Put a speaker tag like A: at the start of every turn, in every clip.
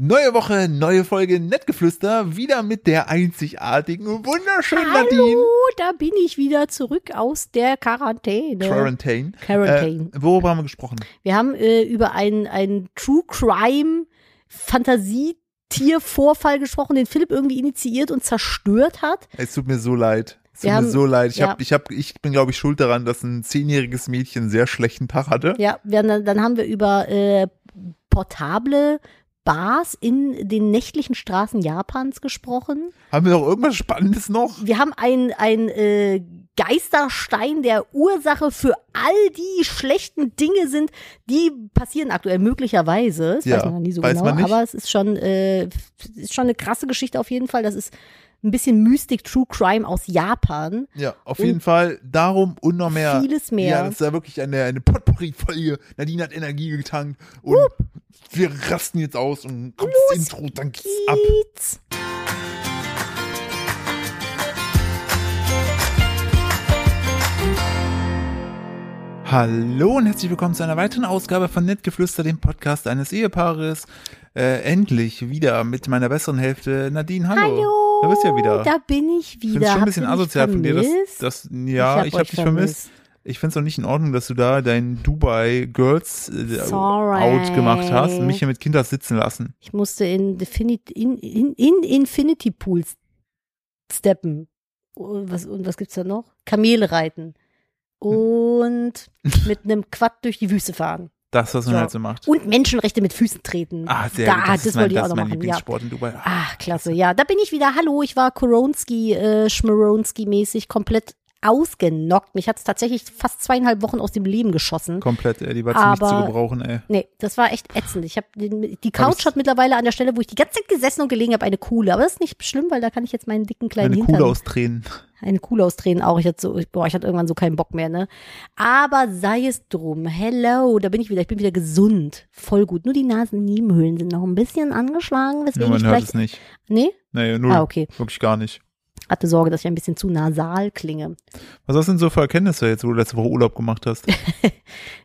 A: Neue Woche, neue Folge Nettgeflüster, wieder mit der einzigartigen, wunderschönen Nadine.
B: Hallo, da bin ich wieder zurück aus der Quarantäne.
A: Quarantäne.
B: Quarantäne.
A: Äh, worüber haben wir gesprochen?
B: Wir haben äh, über einen, einen True Crime Fantasietiervorfall gesprochen, den Philipp irgendwie initiiert und zerstört hat.
A: Es tut mir so leid. Es tut
B: Wir
A: mir
B: haben-
A: so leid. Ich,
B: ja.
A: hab, ich, hab, ich bin, glaube ich, schuld daran, dass ein zehnjähriges Mädchen einen sehr schlechten Tag hatte.
B: Ja, wir, dann, dann haben wir über äh, portable Bars in den nächtlichen Straßen Japans gesprochen.
A: Haben wir noch irgendwas Spannendes noch?
B: Wir haben einen, einen äh, Geisterstein, der Ursache für all die schlechten Dinge sind, die passieren aktuell möglicherweise. Das
A: Ja,
B: weiß man noch nie so
A: weiß
B: genau,
A: man nicht.
B: aber es ist schon, äh, ist schon eine krasse Geschichte auf jeden Fall. Das ist ein bisschen Mystic True Crime aus Japan.
A: Ja, auf
B: Und-
A: jeden Fall darum und noch mehr.
B: Vieles mehr.
A: Ja, das war wirklich eine, eine Potpourri-Folge. Nadine hat Energie getankt und wir rasten jetzt aus und kommt das Intro, dann geht's ab.
B: Kiez.
A: Hallo und herzlich willkommen zu einer weiteren Ausgabe von Nettgeflüster, dem Podcast eines Ehepaares. Äh, endlich wieder mit meiner besseren Hälfte Nadine. Hallo.
B: Hallo.
A: Da bist du ja wieder.
B: Da bin ich
A: ich finde es
B: wieder.
A: schon ein
B: Habt
A: bisschen
B: ihr mich
A: asozial von dir, dass,
B: vermisst?
A: dass ja, ich habe hab dich vermisst. Ich finde es auch nicht in Ordnung, dass du da dein Dubai Girls äh,
B: Sorry.
A: Out gemacht hast und mich hier mit Kindern sitzen lassen.
B: Ich musste in, Definit in, in, in Infinity Pools steppen. Und was, und was gibt's da noch? Kamele reiten. Und mit einem Quad durch die Wüste fahren.
A: Das, was man
B: So.
A: halt so macht.
B: Und Menschenrechte mit Füßen treten.
A: Ah, sehr
B: da,
A: gut. Das,
B: das
A: ist mein,
B: wollte ich
A: das
B: auch
A: ist mein
B: noch machen. Ja.
A: Lieblingssport in Dubai. Ah,
B: Ach, klasse. Ja, da bin ich wieder. Hallo, ich war Koronski, äh, Schmoronski-mäßig komplett ausgenockt. Mich hat's tatsächlich fast zweieinhalb Wochen aus dem Leben geschossen.
A: komplett, ey. Die war ziemlich
B: Aber-
A: zu gebrauchen, ey.
B: Nee, das war echt ätzend. Ich hab den, die
A: Aber
B: Couch
A: es-
B: hat mittlerweile an der Stelle, wo ich die ganze Zeit gesessen und gelegen habe, eine Kuhle. Aber das ist nicht schlimm, weil da kann ich jetzt meinen dicken kleinen
A: Eine
B: Hintern.
A: Kuhle aus Tränen.
B: eine Kuhle ausdrehen auch. Ich hatte so, ich- boah, ich hatte irgendwann so keinen Bock mehr, ne? Aber sei es drum. Hello, da bin ich wieder. Ich bin wieder gesund. Voll gut. Nur die Nasennebenhöhlen sind noch ein bisschen angeschlagen,
A: Ja,
B: weswegen
A: man
B: ich
A: hört
B: vielleicht.
A: es nicht.
B: Nee?
A: Nee, null.
B: Ah, okay.
A: Wirklich gar nicht.
B: Hatte Sorge, dass ich ein bisschen zu nasal klinge.
A: Was hast du denn so für Erkenntnisse jetzt, wo du letzte Woche Urlaub gemacht hast?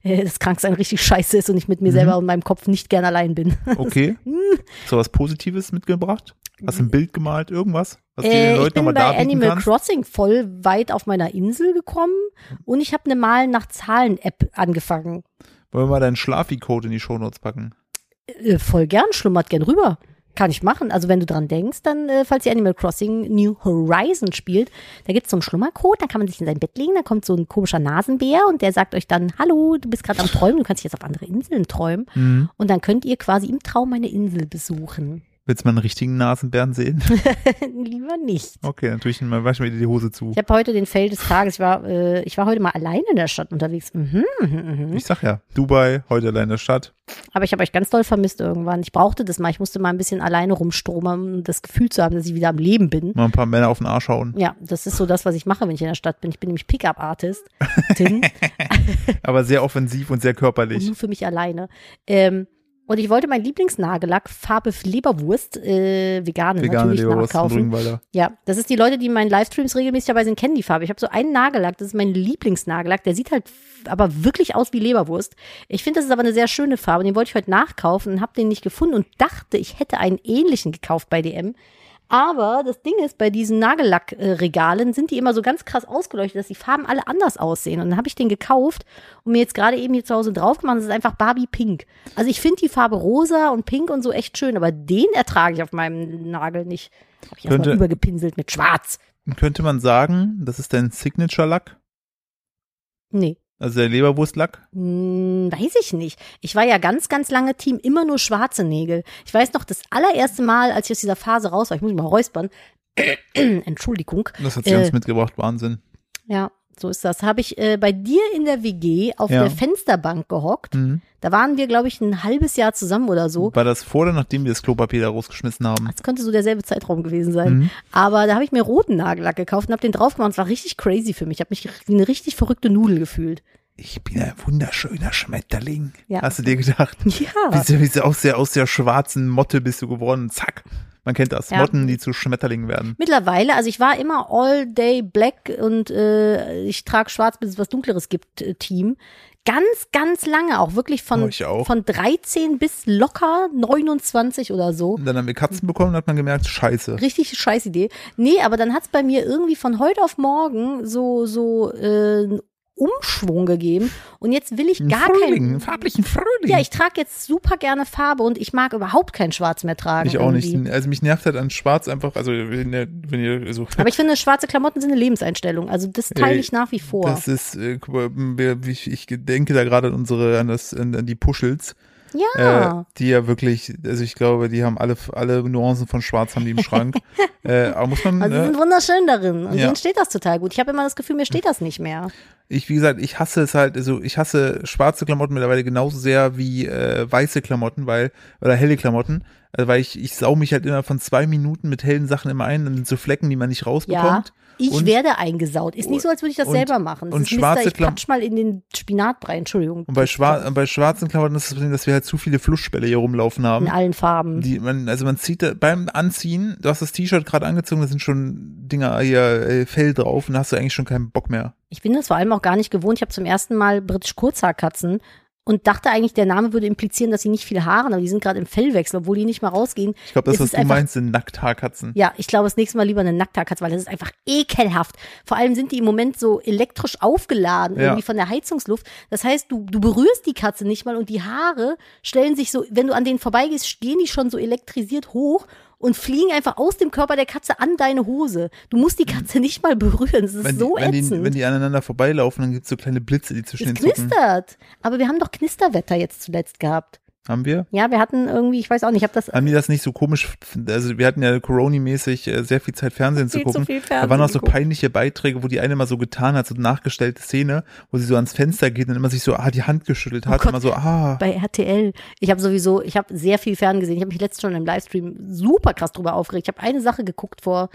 B: Äh, Dass Kranksein richtig scheiße ist und ich mit
A: Mhm.
B: mir selber und meinem Kopf nicht gern allein bin.
A: Okay.
B: Hm.
A: Hast du was Positives mitgebracht? Hast du ein Bild gemalt? Irgendwas? Was du
B: Äh,
A: den
B: ich
A: Leuten
B: bin
A: nochmal
B: bei
A: darbieten
B: Animal
A: kannst?
B: Crossing voll weit auf meiner Insel gekommen und ich habe eine Malen nach Zahlen-App angefangen.
A: Wollen wir mal deinen Schlafi-Code in die Shownotes packen?
B: Äh, voll gern, schlummert gern rüber. Kann ich machen. Also wenn du dran denkst, dann, äh, falls ihr Animal Crossing New Horizon spielt, da gibt's so einen Schlummercode, dann kann man sich in sein Bett legen, dann kommt so ein komischer Nasenbär und der sagt euch dann, hallo, du bist gerade am Träumen, du kannst dich jetzt auf andere Inseln träumen.
A: Mhm.
B: Und dann könnt ihr quasi im Traum eine Insel besuchen.
A: Willst du mal einen richtigen Nasenbären sehen?
B: Lieber nicht.
A: Okay, natürlich, man wasch mir die Hose zu.
B: Ich habe heute den Fail des Tages. Ich war, äh, ich war heute mal alleine in der Stadt unterwegs. Mhm, mhm, mhm.
A: Ich sag ja, Dubai, heute allein in der Stadt.
B: Aber ich habe euch ganz doll vermisst irgendwann. Ich brauchte das mal. Ich musste mal ein bisschen alleine rumstromern, um das Gefühl zu haben, dass ich wieder am Leben bin.
A: Mal ein paar Männer auf den Arsch hauen.
B: Ja, das ist so das, was ich mache, wenn ich in der Stadt bin. Ich bin nämlich Pickup-Artist. Tin.
A: Aber sehr offensiv und sehr
B: und
A: körperlich.
B: nur für mich alleine. Ähm, und ich wollte meinen Lieblingsnagellack, Farbe Leberwurst, äh, vegane,
A: Vegane
B: natürlich
A: Leberwurst von
B: nachkaufen.
A: Rügenwalder.
B: Ja, das ist die Leute, die in meinen Livestreams regelmäßig dabei sind, kennen die Farbe. Ich habe so einen Nagellack, das ist mein Lieblingsnagellack. Der sieht halt f- aber wirklich aus wie Leberwurst. Ich finde, das ist aber eine sehr schöne Farbe. und Den wollte ich heute nachkaufen und habe den nicht gefunden und dachte, ich hätte einen ähnlichen gekauft bei DM. Aber das Ding ist, bei diesen Nagellackregalen sind die immer so ganz krass ausgeleuchtet, dass die Farben alle anders aussehen. Und dann habe ich den gekauft und mir jetzt gerade eben hier zu Hause drauf gemacht. Das ist einfach Barbie Pink. Also ich finde die Farbe rosa und pink und so echt schön, aber den ertrage ich auf meinem Nagel nicht. Hab ich erstmal
A: Könnte-
B: übergepinselt mit Schwarz.
A: Könnte man sagen, das ist dein Signature-Lack?
B: Nee.
A: Also der Leberwurstlack?
B: Hm, weiß ich nicht. Ich war ja ganz, ganz lange Team immer nur schwarze Nägel. Ich weiß noch, das allererste Mal, als ich aus dieser Phase raus war, ich muss mich mal räuspern. Entschuldigung.
A: Das hat sie uns
B: Äh.
A: mitgebracht, Wahnsinn.
B: Ja, so ist das. Habe ich äh, bei dir in der WG auf
A: Ja.
B: der Fensterbank gehockt.
A: Mhm.
B: Da waren wir, glaube ich, ein halbes Jahr zusammen oder so.
A: War das vor oder nachdem wir das Klopapier da rausgeschmissen haben?
B: Das könnte so derselbe Zeitraum gewesen sein.
A: Mhm.
B: Aber da habe ich mir roten Nagellack gekauft und habe den drauf gemacht. Es war richtig crazy für mich. Ich habe mich wie eine richtig verrückte Nudel gefühlt.
A: Ich bin ein wunderschöner Schmetterling.
B: Ja.
A: Hast du dir gedacht?
B: Ja.
A: Wie so, wie so aus, der, aus der schwarzen Motte bist du geworden. Zack. Man kennt das.
B: Ja.
A: Motten, die zu Schmetterlingen werden.
B: Mittlerweile, also ich war immer all day black und äh, ich trage schwarz, bis es was Dunkleres gibt, äh, Team. Ganz, ganz lange auch, wirklich
A: Oh,
B: von,
A: ich auch.
B: von 13 bis locker 29 oder so.
A: Und dann haben wir Katzen bekommen und hat man gemerkt, scheiße.
B: Richtig scheiß Idee. Nee, aber dann hat's bei mir irgendwie von heute auf morgen so, so äh, einen Umschwung gegeben. Und jetzt will ich
A: Ein
B: gar
A: Frühling,
B: keinen.
A: einen farblichen Frühling.
B: Ja, ich trage jetzt super gerne Farbe und ich mag überhaupt kein Schwarz mehr tragen.
A: ich auch
B: irgendwie.
A: nicht. Also mich nervt halt an Schwarz einfach, also wenn ihr, wenn ihr so.
B: Aber ich finde, schwarze Klamotten sind eine Lebenseinstellung. Also das teile
A: Ey,
B: ich nach wie vor.
A: Das ist, äh, guck mal, wir- ich, ich denke da gerade an unsere, an, das, an, an die Puschels,
B: ja.
A: äh, die ja wirklich, also ich glaube, die haben alle, alle Nuancen von Schwarz haben die im Schrank. äh, aber muss man,
B: Also sie
A: ne?
B: sind wunderschön darin. Und
A: Ja.
B: denen steht das total gut. Ich habe immer das Gefühl, mir steht das nicht mehr.
A: ich, wie gesagt, ich hasse es halt, also ich hasse schwarze Klamotten mittlerweile genauso sehr wie äh, weiße Klamotten, weil, oder helle Klamotten, also weil ich, ich sau mich halt immer von zwei Minuten mit hellen Sachen immer ein, dann sind so Flecken, die man nicht
B: Ja.
A: rausbekommt.
B: Ich
A: Und-
B: werde eingesaut. Ist nicht so, als würde ich das
A: und-
B: selber machen. Das
A: und
B: ist Mister,
A: schwarze
B: ich
A: Klam-
B: patsch mal in den Spinatbrei. Entschuldigung.
A: Und bei, schwar bei schwarzen Klamotten ist das Problem, dass wir halt zu viele Flussspelle hier rumlaufen haben.
B: In allen Farben.
A: Die, man, also man zieht da, beim Anziehen, du hast das T-Shirt gerade angezogen, da sind schon Dinger hier äh, Fell drauf und da hast du eigentlich schon keinen Bock mehr.
B: Ich bin das vor allem auch gar nicht gewohnt. Ich habe zum ersten Mal britisch Kurzhaarkatzen und dachte eigentlich, der Name würde implizieren, dass sie nicht viel Haare haben, aber die sind gerade im Fellwechsel, obwohl die nicht mal rausgehen.
A: Ich glaube, das,
B: Es
A: was
B: ist
A: du
B: einfach-
A: meinst, sind Nackthaarkatzen.
B: Ja, ich glaube, das nächste Mal lieber eine Nackthaarkatze, weil das ist einfach ekelhaft. Vor allem sind die im Moment so elektrisch aufgeladen,
A: Ja.
B: irgendwie von der Heizungsluft. Das heißt, du, du berührst die Katze nicht mal und die Haare stellen sich so, wenn du an denen vorbeigehst, gehen die schon so elektrisiert hoch und fliegen einfach aus dem Körper der Katze an deine Hose. Du musst die Katze nicht mal berühren. Das ist
A: Mhm. Wenn,
B: so
A: die, wenn, die,
B: ätzend.
A: wenn die aneinander vorbeilaufen, dann gibt's so kleine Blitze, die zwischen
B: es
A: den zucken.
B: knistert. Aber wir haben doch Knisterwetter jetzt zuletzt gehabt.
A: Haben wir?
B: Ja, wir hatten irgendwie, ich weiß auch nicht, ich habe das
A: Haben die das nicht so komisch? Also wir hatten ja Corona-mäßig äh, sehr viel Zeit Fernsehen zu
B: Viel zu
A: gucken.
B: viel
A: da waren
B: Fernsehen
A: auch so
B: geguckt.
A: peinliche Beiträge, wo die eine mal so getan hat, so nachgestellte Szene, wo sie so ans Fenster geht und immer sich so ah, die Hand geschüttelt hat,
B: Oh Gott.
A: immer so ah.
B: bei RTL. Ich habe sowieso, ich habe sehr viel ferngesehen. Ich habe mich letztens schon im Livestream super krass drüber aufgeregt. Ich habe eine Sache geguckt vor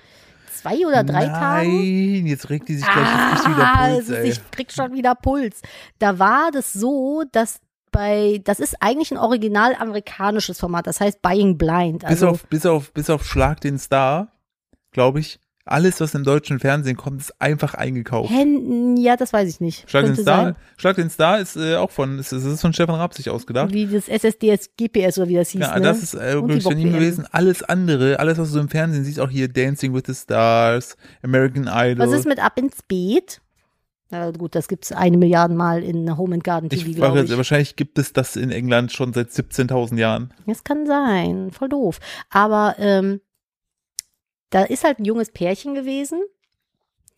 B: zwei oder drei
A: Nein,
B: Tagen.
A: jetzt regt die sich gleich richtig wieder
B: Ah,
A: Puls,
B: es ist,
A: ey.
B: ich krieg schon wieder Puls. Da war das so, dass bei, das ist eigentlich ein original amerikanisches Format, das heißt Buying Blind.
A: bis,
B: Also
A: auf, bis, auf, bis auf Schlag den Star, glaube ich, alles, was im deutschen Fernsehen kommt, ist einfach eingekauft.
B: Händen, ja, das weiß ich nicht.
A: Schlag den
B: Könnte
A: Star,
B: sein.
A: Schlag den Star ist äh, auch von, ist, ist von Stefan Raab sich ausgedacht.
B: Wie das SSDS GPS oder wie das hieß.
A: Ja,
B: ne?
A: das ist äh,
B: Und die
A: wirklich von ihm
B: Bob-WM.
A: gewesen. Alles andere, alles, was du im Fernsehen siehst, auch hier Dancing with the Stars, American Idol.
B: Was ist mit Ab ins Beet? Na gut, das gibt's eine Milliarde Mal in Home and Garden TV,
A: ich
B: glaube
A: frage,
B: ich.
A: wahrscheinlich gibt es das in England schon seit 17.000 Jahren.
B: Das kann sein, voll doof. Aber ähm, da ist halt ein junges Pärchen gewesen.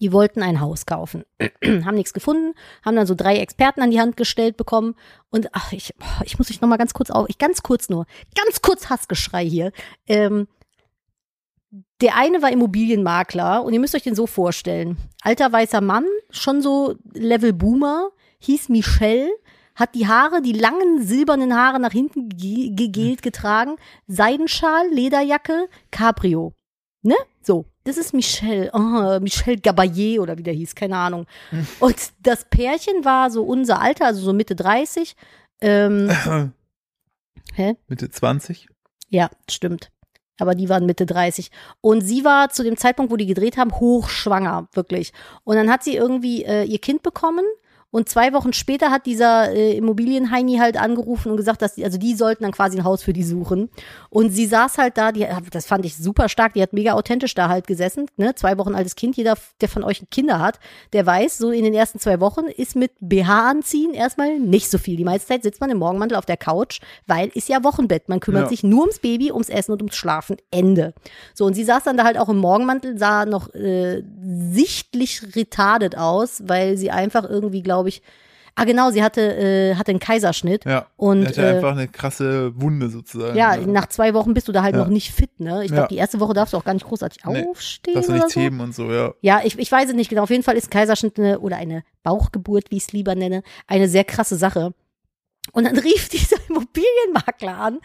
B: Die wollten ein Haus kaufen, haben nichts gefunden, haben dann so drei Experten an die Hand gestellt bekommen und ach, ich, boah, ich muss mich noch mal ganz kurz auf, ich ganz kurz nur, ganz kurz Hassgeschrei hier. Ähm, der eine war Immobilienmakler und ihr müsst euch den so vorstellen: alter weißer Mann, schon so Level Boomer, hieß Michel, hat die Haare, die langen silbernen Haare nach hinten ge- gegelt getragen, Seidenschal, Lederjacke, Cabrio. Ne? So, das ist Michel, oh, Michel Gabayé oder wie der hieß, keine Ahnung. Und das Pärchen war so unser Alter, also so Mitte 30. Ähm, hä?
A: Mitte 20.
B: Ja, stimmt. Aber die waren Mitte 30. Und sie war zu dem Zeitpunkt, wo die gedreht haben, hochschwanger, wirklich. Und dann hat sie irgendwie äh, ihr Kind bekommen. Und zwei Wochen später hat dieser äh, Immobilienheini halt angerufen und gesagt, dass die, also die sollten dann quasi ein Haus für die suchen. Und sie saß halt da, die, das fand ich super stark, die hat mega authentisch da halt gesessen, ne? Zwei Wochen altes Kind, jeder, der von euch Kinder hat, der weiß, so in den ersten zwei Wochen ist mit BH anziehen erstmal nicht so viel. Die meiste Zeit sitzt man im Morgenmantel auf der Couch, weil ist ja Wochenbett. Man kümmert
A: Ja.
B: sich sich nur ums Baby, ums Essen und ums Schlafen. Ende. So, und sie saß dann da halt auch im Morgenmantel, sah noch äh, sichtlich retardet aus, weil sie einfach irgendwie, glaube ich, ah genau, sie hatte, äh, hatte einen Kaiserschnitt.
A: Ja.
B: Und,
A: er hatte
B: äh,
A: einfach eine krasse Wunde sozusagen.
B: Ja, nach zwei Wochen bist du da halt
A: Ja.
B: noch nicht fit, ne? Ich glaube,
A: Ja.
B: die erste Woche darfst du auch gar nicht großartig
A: Nee,
B: aufstehen
A: Dass er
B: oder
A: nichts
B: so.
A: heben und so, ja.
B: Ja, ich, ich weiß es nicht genau. Auf jeden Fall ist ein Kaiserschnitt eine, oder eine Bauchgeburt, wie ich es lieber nenne, eine sehr krasse Sache. Und dann rief dieser Immobilienmakler an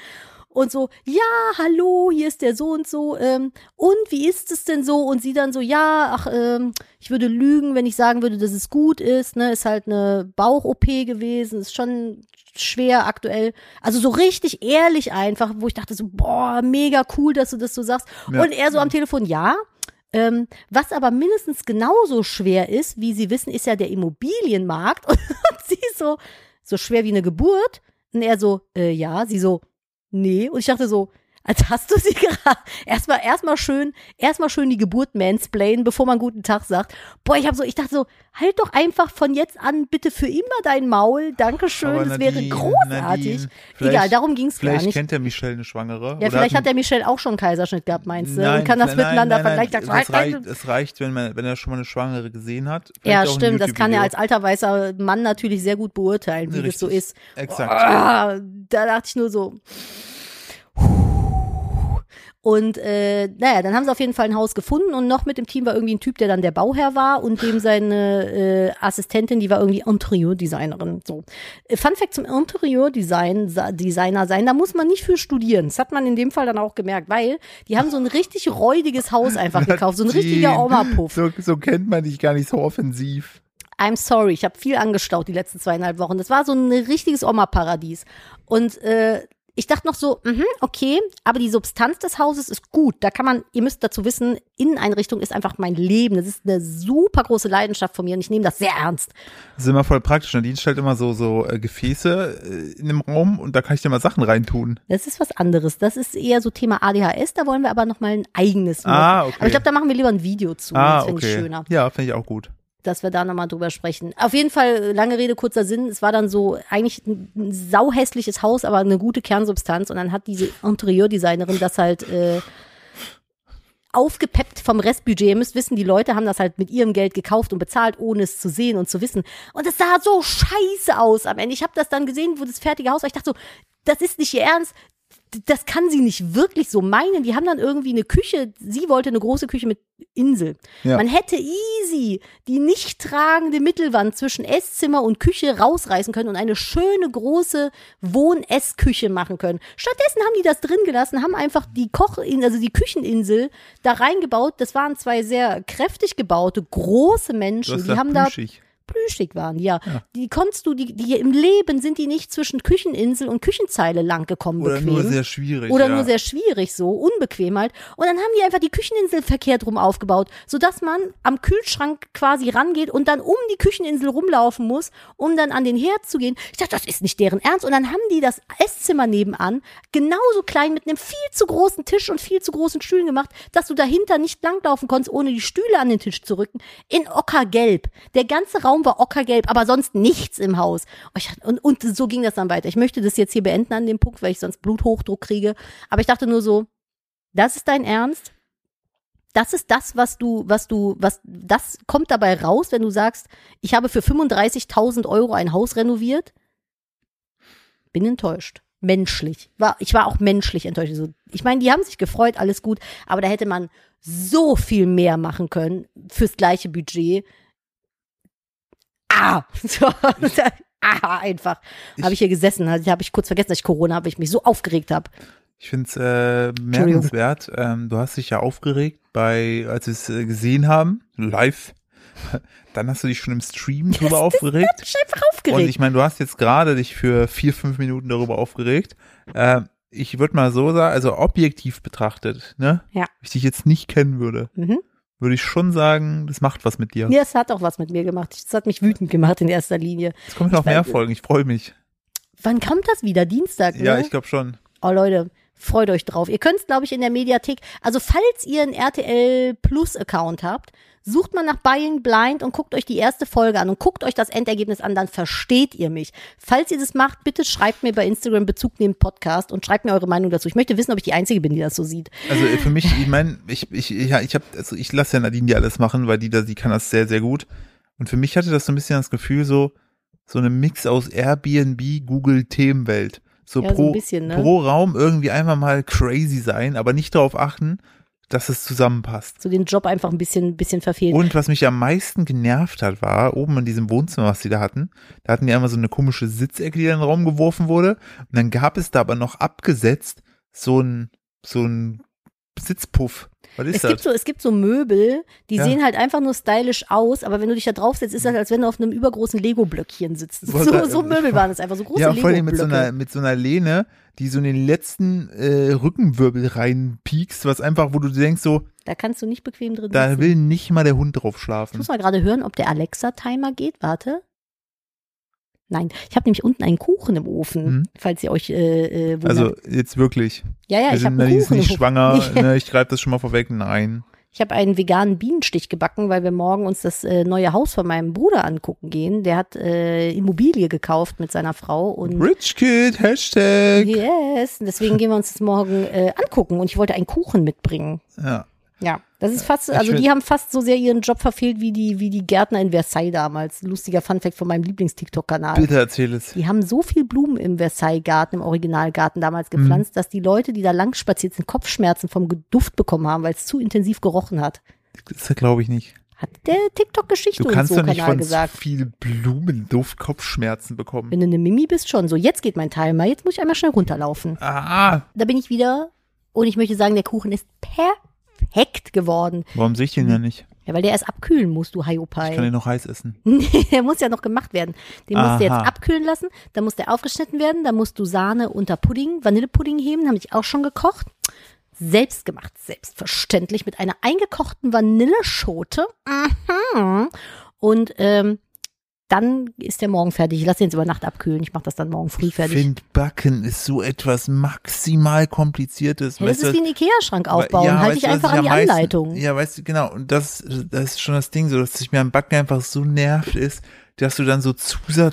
B: und so, ja, hallo, hier ist der so und so, ähm, und wie ist es denn so? Und sie dann so, ja, ach, ähm, ich würde lügen, wenn ich sagen würde, dass es gut ist, ne, ist halt eine Bauch-OP gewesen, ist schon schwer aktuell. Also so richtig ehrlich einfach, wo ich dachte so, boah, mega cool, dass du das so sagst.
A: Ja.
B: Und er so am Telefon, ja. Ähm, was aber mindestens genauso schwer ist, wie Sie wissen, ist ja der Immobilienmarkt. Und sie so, so schwer wie eine Geburt. Und er so, äh, ja. Sie so, nee. Und ich dachte so, als hast du sie gerade. Erstmal, erstmal schön, erstmal schön die Geburt mansplainen, bevor man guten Tag sagt. Boah, ich habe so, ich dachte so, halt doch einfach von jetzt an bitte für immer dein Maul. Dankeschön,
A: Aber
B: das wäre
A: Nadine,
B: großartig.
A: Nadine, vielleicht-
B: Egal, darum ging's gar
A: Vielleicht
B: nicht.
A: kennt der Michelle eine Schwangere.
B: Ja,
A: oder
B: vielleicht
A: einen-
B: hat der Michelle auch schon einen Kaiserschnitt gehabt, meinst du?
A: Nein,
B: und kann das
A: nein,
B: miteinander
A: nein, halt nein,
B: vergleichen.
A: nein, es,
B: Sagt,
A: reicht, es reicht, wenn, man, wenn er schon mal eine Schwangere gesehen hat.
B: ja,
A: Vielleicht auch ein
B: stimmt, das kann er als
A: YouTube-Video.
B: alter weißer Mann natürlich sehr gut beurteilen, wie das so
A: Richtig.
B: ist.
A: Exakt.
B: Ah, da dachte ich nur so. Und äh, naja, dann haben sie auf jeden Fall ein Haus gefunden und noch mit dem Team war irgendwie ein Typ, der dann der Bauherr war und dem seine äh, Assistentin, die war irgendwie Interiordesignerin. So. Äh, Fun Fact zum Interiordesign, Sa- Designer sein, da muss man nicht für studieren. Das hat man in dem Fall dann auch gemerkt, weil die haben so ein richtig räudiges Haus einfach gekauft, Oh, so ein richtiger Oma-Puff.
A: So, so kennt man dich gar nicht so offensiv.
B: I'm sorry, ich habe viel angestaut die letzten zweieinhalb Wochen. Das war so ein richtiges Oma-Paradies. Und äh, ich dachte noch so, mhm, okay, aber die Substanz des Hauses ist gut. Da kann man, ihr müsst dazu wissen, Inneneinrichtung ist einfach mein Leben. Das ist eine super große Leidenschaft von mir und ich nehme das sehr ernst.
A: Das ist immer voll praktisch. Nadine stellt immer so, so äh, Gefäße äh, in dem Raum und da kann ich dir mal Sachen reintun.
B: Das ist was anderes. Das ist eher so Thema ADHS. Da wollen wir aber nochmal ein eigenes. machen.
A: Ah, okay.
B: Aber ich glaube, da machen wir lieber ein Video zu.
A: ah,
B: das finde
A: okay.
B: ich schöner.
A: Ja, finde ich auch gut.
B: dass wir da nochmal drüber sprechen. Auf jeden Fall, äh, lange Rede, kurzer Sinn, es war dann so eigentlich ein ein sauhässliches Haus, aber eine gute Kernsubstanz und dann hat diese Interieurdesignerin das halt äh, aufgepeppt vom Restbudget. Ihr müsst wissen, die Leute haben das halt mit ihrem Geld gekauft und bezahlt, ohne es zu sehen und zu wissen. Und es sah so scheiße aus am Ende. Ich habe das dann gesehen, wo das fertige Haus war. Ich dachte so, das ist nicht ihr Ernst. D- Das kann sie nicht wirklich so meinen. Die haben dann irgendwie eine Küche. Sie wollte eine große Küche mit Insel.
A: Ja.
B: Man hätte easy die nicht tragende Mittelwand zwischen Esszimmer und Küche rausreißen können und eine schöne große Wohn-Essküche machen können. Stattdessen haben die das drin gelassen, haben einfach die Koch, also die Kücheninsel da reingebaut. Das waren zwei sehr kräftig gebaute, große
A: Du
B: Menschen.
A: hast
B: Die
A: gesagt,
B: haben da
A: plüschig.
B: plüschig waren, ja. Die konntest du, die, die im Leben sind die nicht zwischen Kücheninsel und Küchenzeile lang gekommen
A: Oder
B: bequem.
A: nur sehr schwierig.
B: oder
A: ja.
B: nur sehr schwierig so, unbequem halt. Und dann haben die einfach die Kücheninsel verkehrt rum aufgebaut, sodass man am Kühlschrank quasi rangeht und dann um die Kücheninsel rumlaufen muss, um dann an den Herd zu gehen. Ich dachte, das ist nicht deren Ernst. Und dann haben die das Esszimmer nebenan genauso klein mit einem viel zu großen Tisch und viel zu großen Stühlen gemacht, dass du dahinter nicht langlaufen konntest, ohne die Stühle an den Tisch zu rücken. In Ockergelb. Der ganze Raum war ockergelb, aber sonst nichts im Haus. Und ich dachte- Und, und so ging das dann weiter. Ich möchte das jetzt hier beenden an dem Punkt, weil ich sonst Bluthochdruck kriege. Aber ich dachte nur so, das ist dein Ernst? Das ist das, was du, was du, was, das kommt dabei raus, wenn du sagst, ich habe für 35.000 Euro ein Haus renoviert. Bin enttäuscht. Menschlich. War, ich war auch menschlich enttäuscht. So, Ich meine, die haben sich gefreut, alles gut, aber da hätte man so viel mehr machen können fürs gleiche Budget. Ah! So, ah, einfach. Habe ich hier gesessen, also, habe ich kurz vergessen, dass ich Corona habe, weil ich mich so aufgeregt habe.
A: Ich finde es äh, bemerkenswert. Ähm, du hast dich ja aufgeregt bei, als wir es äh, gesehen haben, live. Dann hast du dich schon im Stream drüber aufgeregt.
B: Ich bin einfach
A: Und
B: aufgeregt.
A: ich meine, du hast jetzt gerade dich für vier, fünf Minuten darüber aufgeregt. Ähm, ich würde mal so sagen, also objektiv betrachtet, ne?
B: Ja.
A: Wenn ich dich jetzt nicht kennen würde,
B: mhm.
A: würde ich schon sagen, das macht was mit dir.
B: Ja, es hat auch was mit mir gemacht. Es hat mich wütend gemacht in erster Linie.
A: Es kommen noch
B: Ich weiß-
A: mehr Folgen, ich freue mich.
B: Wann kommt das wieder? Dienstag,
A: Ja,
B: ne?
A: ich glaube schon.
B: Oh Leute, freut euch drauf. Ihr könnt es, glaube ich, in der Mediathek, also falls ihr einen RTL Plus Account habt, sucht mal nach Buying Blind und guckt euch die erste Folge an und guckt euch das Endergebnis an, dann versteht ihr mich. Falls ihr das macht, bitte schreibt mir bei Instagram Bezug neben Podcast und schreibt mir eure Meinung dazu. Ich möchte wissen, ob ich die Einzige bin, die das so sieht.
A: Also äh, für mich, ich meine, ich, ich, ja, ich hab, also ich lasse ja Nadine die alles machen, weil die da, die kann das sehr, sehr gut. Und für mich hatte das so ein bisschen das Gefühl, so, so eine Mix aus Airbnb, Google Themenwelt. So,
B: Ja, so
A: pro,
B: ein bisschen, ne?
A: pro Raum irgendwie einfach mal crazy sein, aber nicht darauf achten, dass es zusammenpasst.
B: So den Job einfach ein bisschen, bisschen verfehlt.
A: Und was mich am meisten genervt hat, war oben in diesem Wohnzimmer, was die da hatten, da hatten die einmal so eine komische Sitzecke, die in den Raum geworfen wurde. Und dann gab es da aber noch abgesetzt so ein, so ein Sitzpuff. Was ist
B: Es
A: das?
B: gibt, so, es gibt so Möbel, die
A: Ja.
B: sehen halt einfach nur stylisch aus, aber wenn du dich da drauf setzt, ist das, als wenn du auf einem übergroßen Lego-Blöckchen sitzt.
A: Wollte-
B: So, so Möbel waren es einfach, so große
A: ja, vor allem mit so, einer,
B: Lego-Blöcke.
A: mit so einer Lehne, die so in den letzten äh, Rückenwirbel reinpiekst, was einfach, wo du denkst so,
B: Da kannst du nicht bequem drin
A: da
B: sitzen.
A: will nicht mal der Hund drauf
B: Ich
A: schlafen.
B: muss mal gerade hören, ob der Alexa-Timer geht. Warte. Nein, ich habe nämlich unten einen Kuchen im Ofen,
A: Mhm.
B: falls ihr euch äh, äh, wundert.
A: Also jetzt wirklich.
B: ja, ja,
A: Wir
B: ich
A: sind
B: habe einen
A: die ist
B: Kuchen
A: nicht
B: im Ofen.
A: schwanger,
B: Nee.
A: ne, ich greife das schon mal vorweg. Nein.
B: Ich habe einen veganen Bienenstich gebacken, weil wir morgen uns das äh, neue Haus von meinem Bruder angucken gehen. Der hat äh, Immobilie gekauft mit seiner Frau und
A: Rich Kid, Hashtag.
B: Yes, und deswegen gehen wir uns das morgen äh, angucken und ich wollte einen Kuchen mitbringen.
A: Ja.
B: Ja, das ist fast, also
A: will-
B: die haben fast so sehr ihren Job verfehlt wie die, wie die Gärtner in Versailles damals. Lustiger Funfact von meinem Lieblings-TikTok-Kanal.
A: Bitte erzähl es.
B: Die haben so viel Blumen im Versailles-Garten, im Originalgarten damals gepflanzt,
A: Mhm.
B: dass die Leute, die da lang spaziert sind, Kopfschmerzen vom Ge- Duft bekommen haben, weil es zu intensiv gerochen hat.
A: Das glaube ich nicht.
B: Hat der TikTok-Geschichte
A: Du
B: und
A: kannst
B: so
A: doch nicht
B: Kanal
A: von
B: gesagt.
A: zu viel Blumenduft Kopfschmerzen bekommen.
B: Wenn du eine Mimi bist, schon. So, jetzt geht mein Timer. Jetzt muss ich einmal schnell runterlaufen.
A: Ah,
B: Da bin ich wieder. Und ich möchte sagen, der Kuchen ist perfekt geworden.
A: warum sehe ich den ja nicht?
B: Ja, weil der erst abkühlen muss, du
A: Ich kann
B: Haiopai.
A: den noch heiß essen.
B: Nee, der muss ja noch gemacht werden. Den musst du jetzt
A: Aha.
B: abkühlen lassen, dann muss der aufgeschnitten werden, dann musst du Sahne unter Pudding, Vanillepudding heben, habe ich auch schon gekocht. Selbst gemacht, selbstverständlich, mit einer eingekochten Vanilleschote. Mhm. Und ähm, dann ist der morgen fertig. Ich lasse den jetzt über Nacht abkühlen. Ich mache das dann morgen früh fertig.
A: Ich finde, Backen ist so etwas maximal kompliziertes.
B: Hey, das
A: Weißt du,
B: ist wie ein Ikea-Schrank aufbauen.
A: Ja,
B: Halte
A: weißt du,
B: ich
A: was
B: einfach
A: ich
B: an die
A: am meisten-
B: Anleitung.
A: Ja, weißt du, genau. Und das, das ist schon das Ding, so dass sich mir am Backen einfach so nervt ist, dass du dann so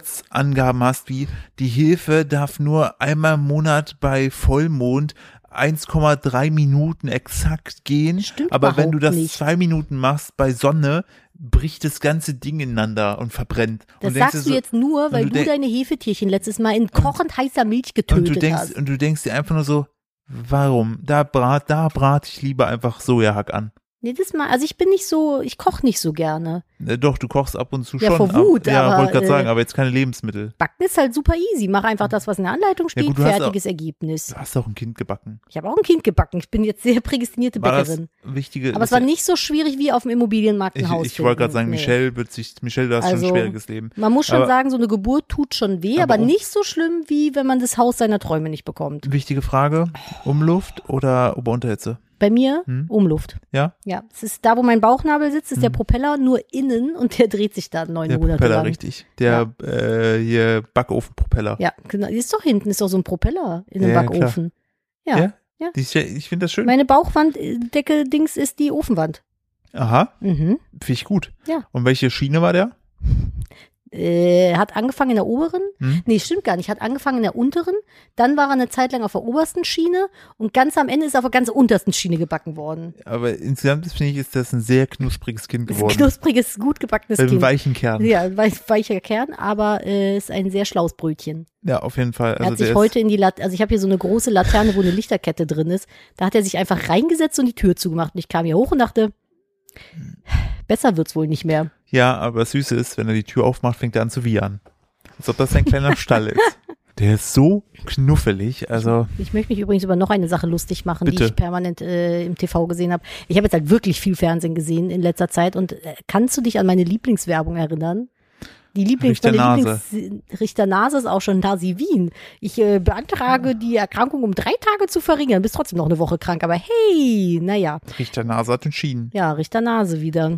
A: Zusatzangaben hast, wie die Hefe darf nur einmal im Monat bei Vollmond 1,3 Minuten exakt gehen.
B: Stimmt
A: aber wenn du
B: überhaupt
A: das
B: nicht.
A: zwei Minuten machst bei Sonne, bricht das ganze Ding ineinander und verbrennt.
B: Das
A: und denkst
B: sagst du
A: dir so-
B: jetzt nur, weil
A: du
B: du
A: denk-
B: deine Hefetierchen letztes Mal in kochend heißer Milch getötet
A: und du denkst,
B: hast.
A: Und du denkst dir einfach nur so, warum? Da brat, da brate ich lieber einfach Sojahack an.
B: Jedes Mal, also ich bin nicht so, ich koche nicht so gerne.
A: Äh, Doch, du kochst ab und zu
B: Ja,
A: schon.
B: vor
A: ab,
B: Wut,
A: ja,
B: aber,
A: wollte gerade
B: äh,
A: sagen, aber jetzt keine Lebensmittel.
B: Backen ist halt super easy. Mach einfach das, was in der Anleitung steht,
A: gut, du hast
B: fertiges Ergebnis.
A: Du hast doch ein Kind gebacken.
B: Ich habe auch ein Kind gebacken. Ich bin jetzt sehr prädestinierte
A: War das
B: Bäckerin.
A: wichtige?
B: Aber es war nicht so schwierig wie auf dem Immobilienmarkt ein
A: ich,
B: Haus.
A: ich wollte gerade
B: finden.
A: sagen,
B: Nee.
A: Michelle wird sich, Michelle, du hast schon
B: Also,
A: ein schwieriges Leben.
B: Man muss schon
A: aber-
B: sagen, so eine Geburt tut schon weh, aber,
A: Aber um-
B: nicht so schlimm, wie wenn man das Haus seiner Träume nicht bekommt.
A: Wichtige Frage, Umluft oder Oberunterhitze?
B: Bei mir
A: Hm?
B: Umluft.
A: Ja?
B: Ja, es ist da, wo mein Bauchnabel sitzt, ist der
A: Hm.
B: Propeller nur innen und der dreht sich da neun
A: Der
B: Monate
A: Propeller,
B: lang.
A: richtig. Der äh, hier Backofenpropeller.
B: Ja, genau. Ist doch hinten, ist doch so ein Propeller in einem
A: Ja, ja, klar.
B: Backofen. Ja.
A: Ja?
B: Ja.
A: Die ist ja- Ich finde das schön.
B: Meine Bauchwanddecke-Dings ist die Ofenwand.
A: Aha,
B: Mhm.
A: finde ich gut.
B: Ja.
A: Und welche Schiene war der?
B: Äh, hat angefangen in der oberen.
A: Hm?
B: Nee, stimmt gar nicht. Hat angefangen in der unteren. Dann war er eine Zeit lang auf der obersten Schiene und ganz am Ende ist er auf der ganz untersten Schiene gebacken worden.
A: Aber insgesamt finde ich, ist das ein sehr knuspriges Kind
B: Ist ein
A: geworden.
B: knuspriges, gut gebackenes
A: Mit einem
B: Kind.
A: weichen Kern. Ja,
B: Ja, ein wei- weicher Kern, aber äh, ist ein sehr schlaues Brötchen.
A: auf jeden Fall.
B: Er
A: Also
B: hat
A: der
B: sich
A: ist-
B: heute in die Laterne, also ich habe hier so eine große Laterne, wo eine Lichterkette drin ist. Da hat er sich einfach reingesetzt und die Tür zugemacht. Und ich kam hier hoch und dachte, besser wird's wohl nicht mehr.
A: Ja, aber das Süße ist, wenn er die Tür aufmacht, fängt er an zu wiehern. Als ob das ein kleiner Stall ist. Der ist so knuffelig, also
B: Ich möchte mich übrigens über noch eine Sache lustig machen, die
A: Bitte.
B: ich permanent äh, im TV gesehen habe. Ich habe jetzt halt wirklich viel Fernsehen gesehen in letzter Zeit und äh, kannst du dich an meine Lieblingswerbung erinnern? Die Lieblings
A: Richter
B: meine
A: Nase.
B: Lieblings Richter Nase ist auch schon Nasi Wien. Ich äh, beantrage die Erkrankung um drei Tage zu verringern, bist trotzdem noch eine Woche krank, aber hey, naja.
A: riecht der Nase hat entschieden.
B: Ja, Richter Nase wieder.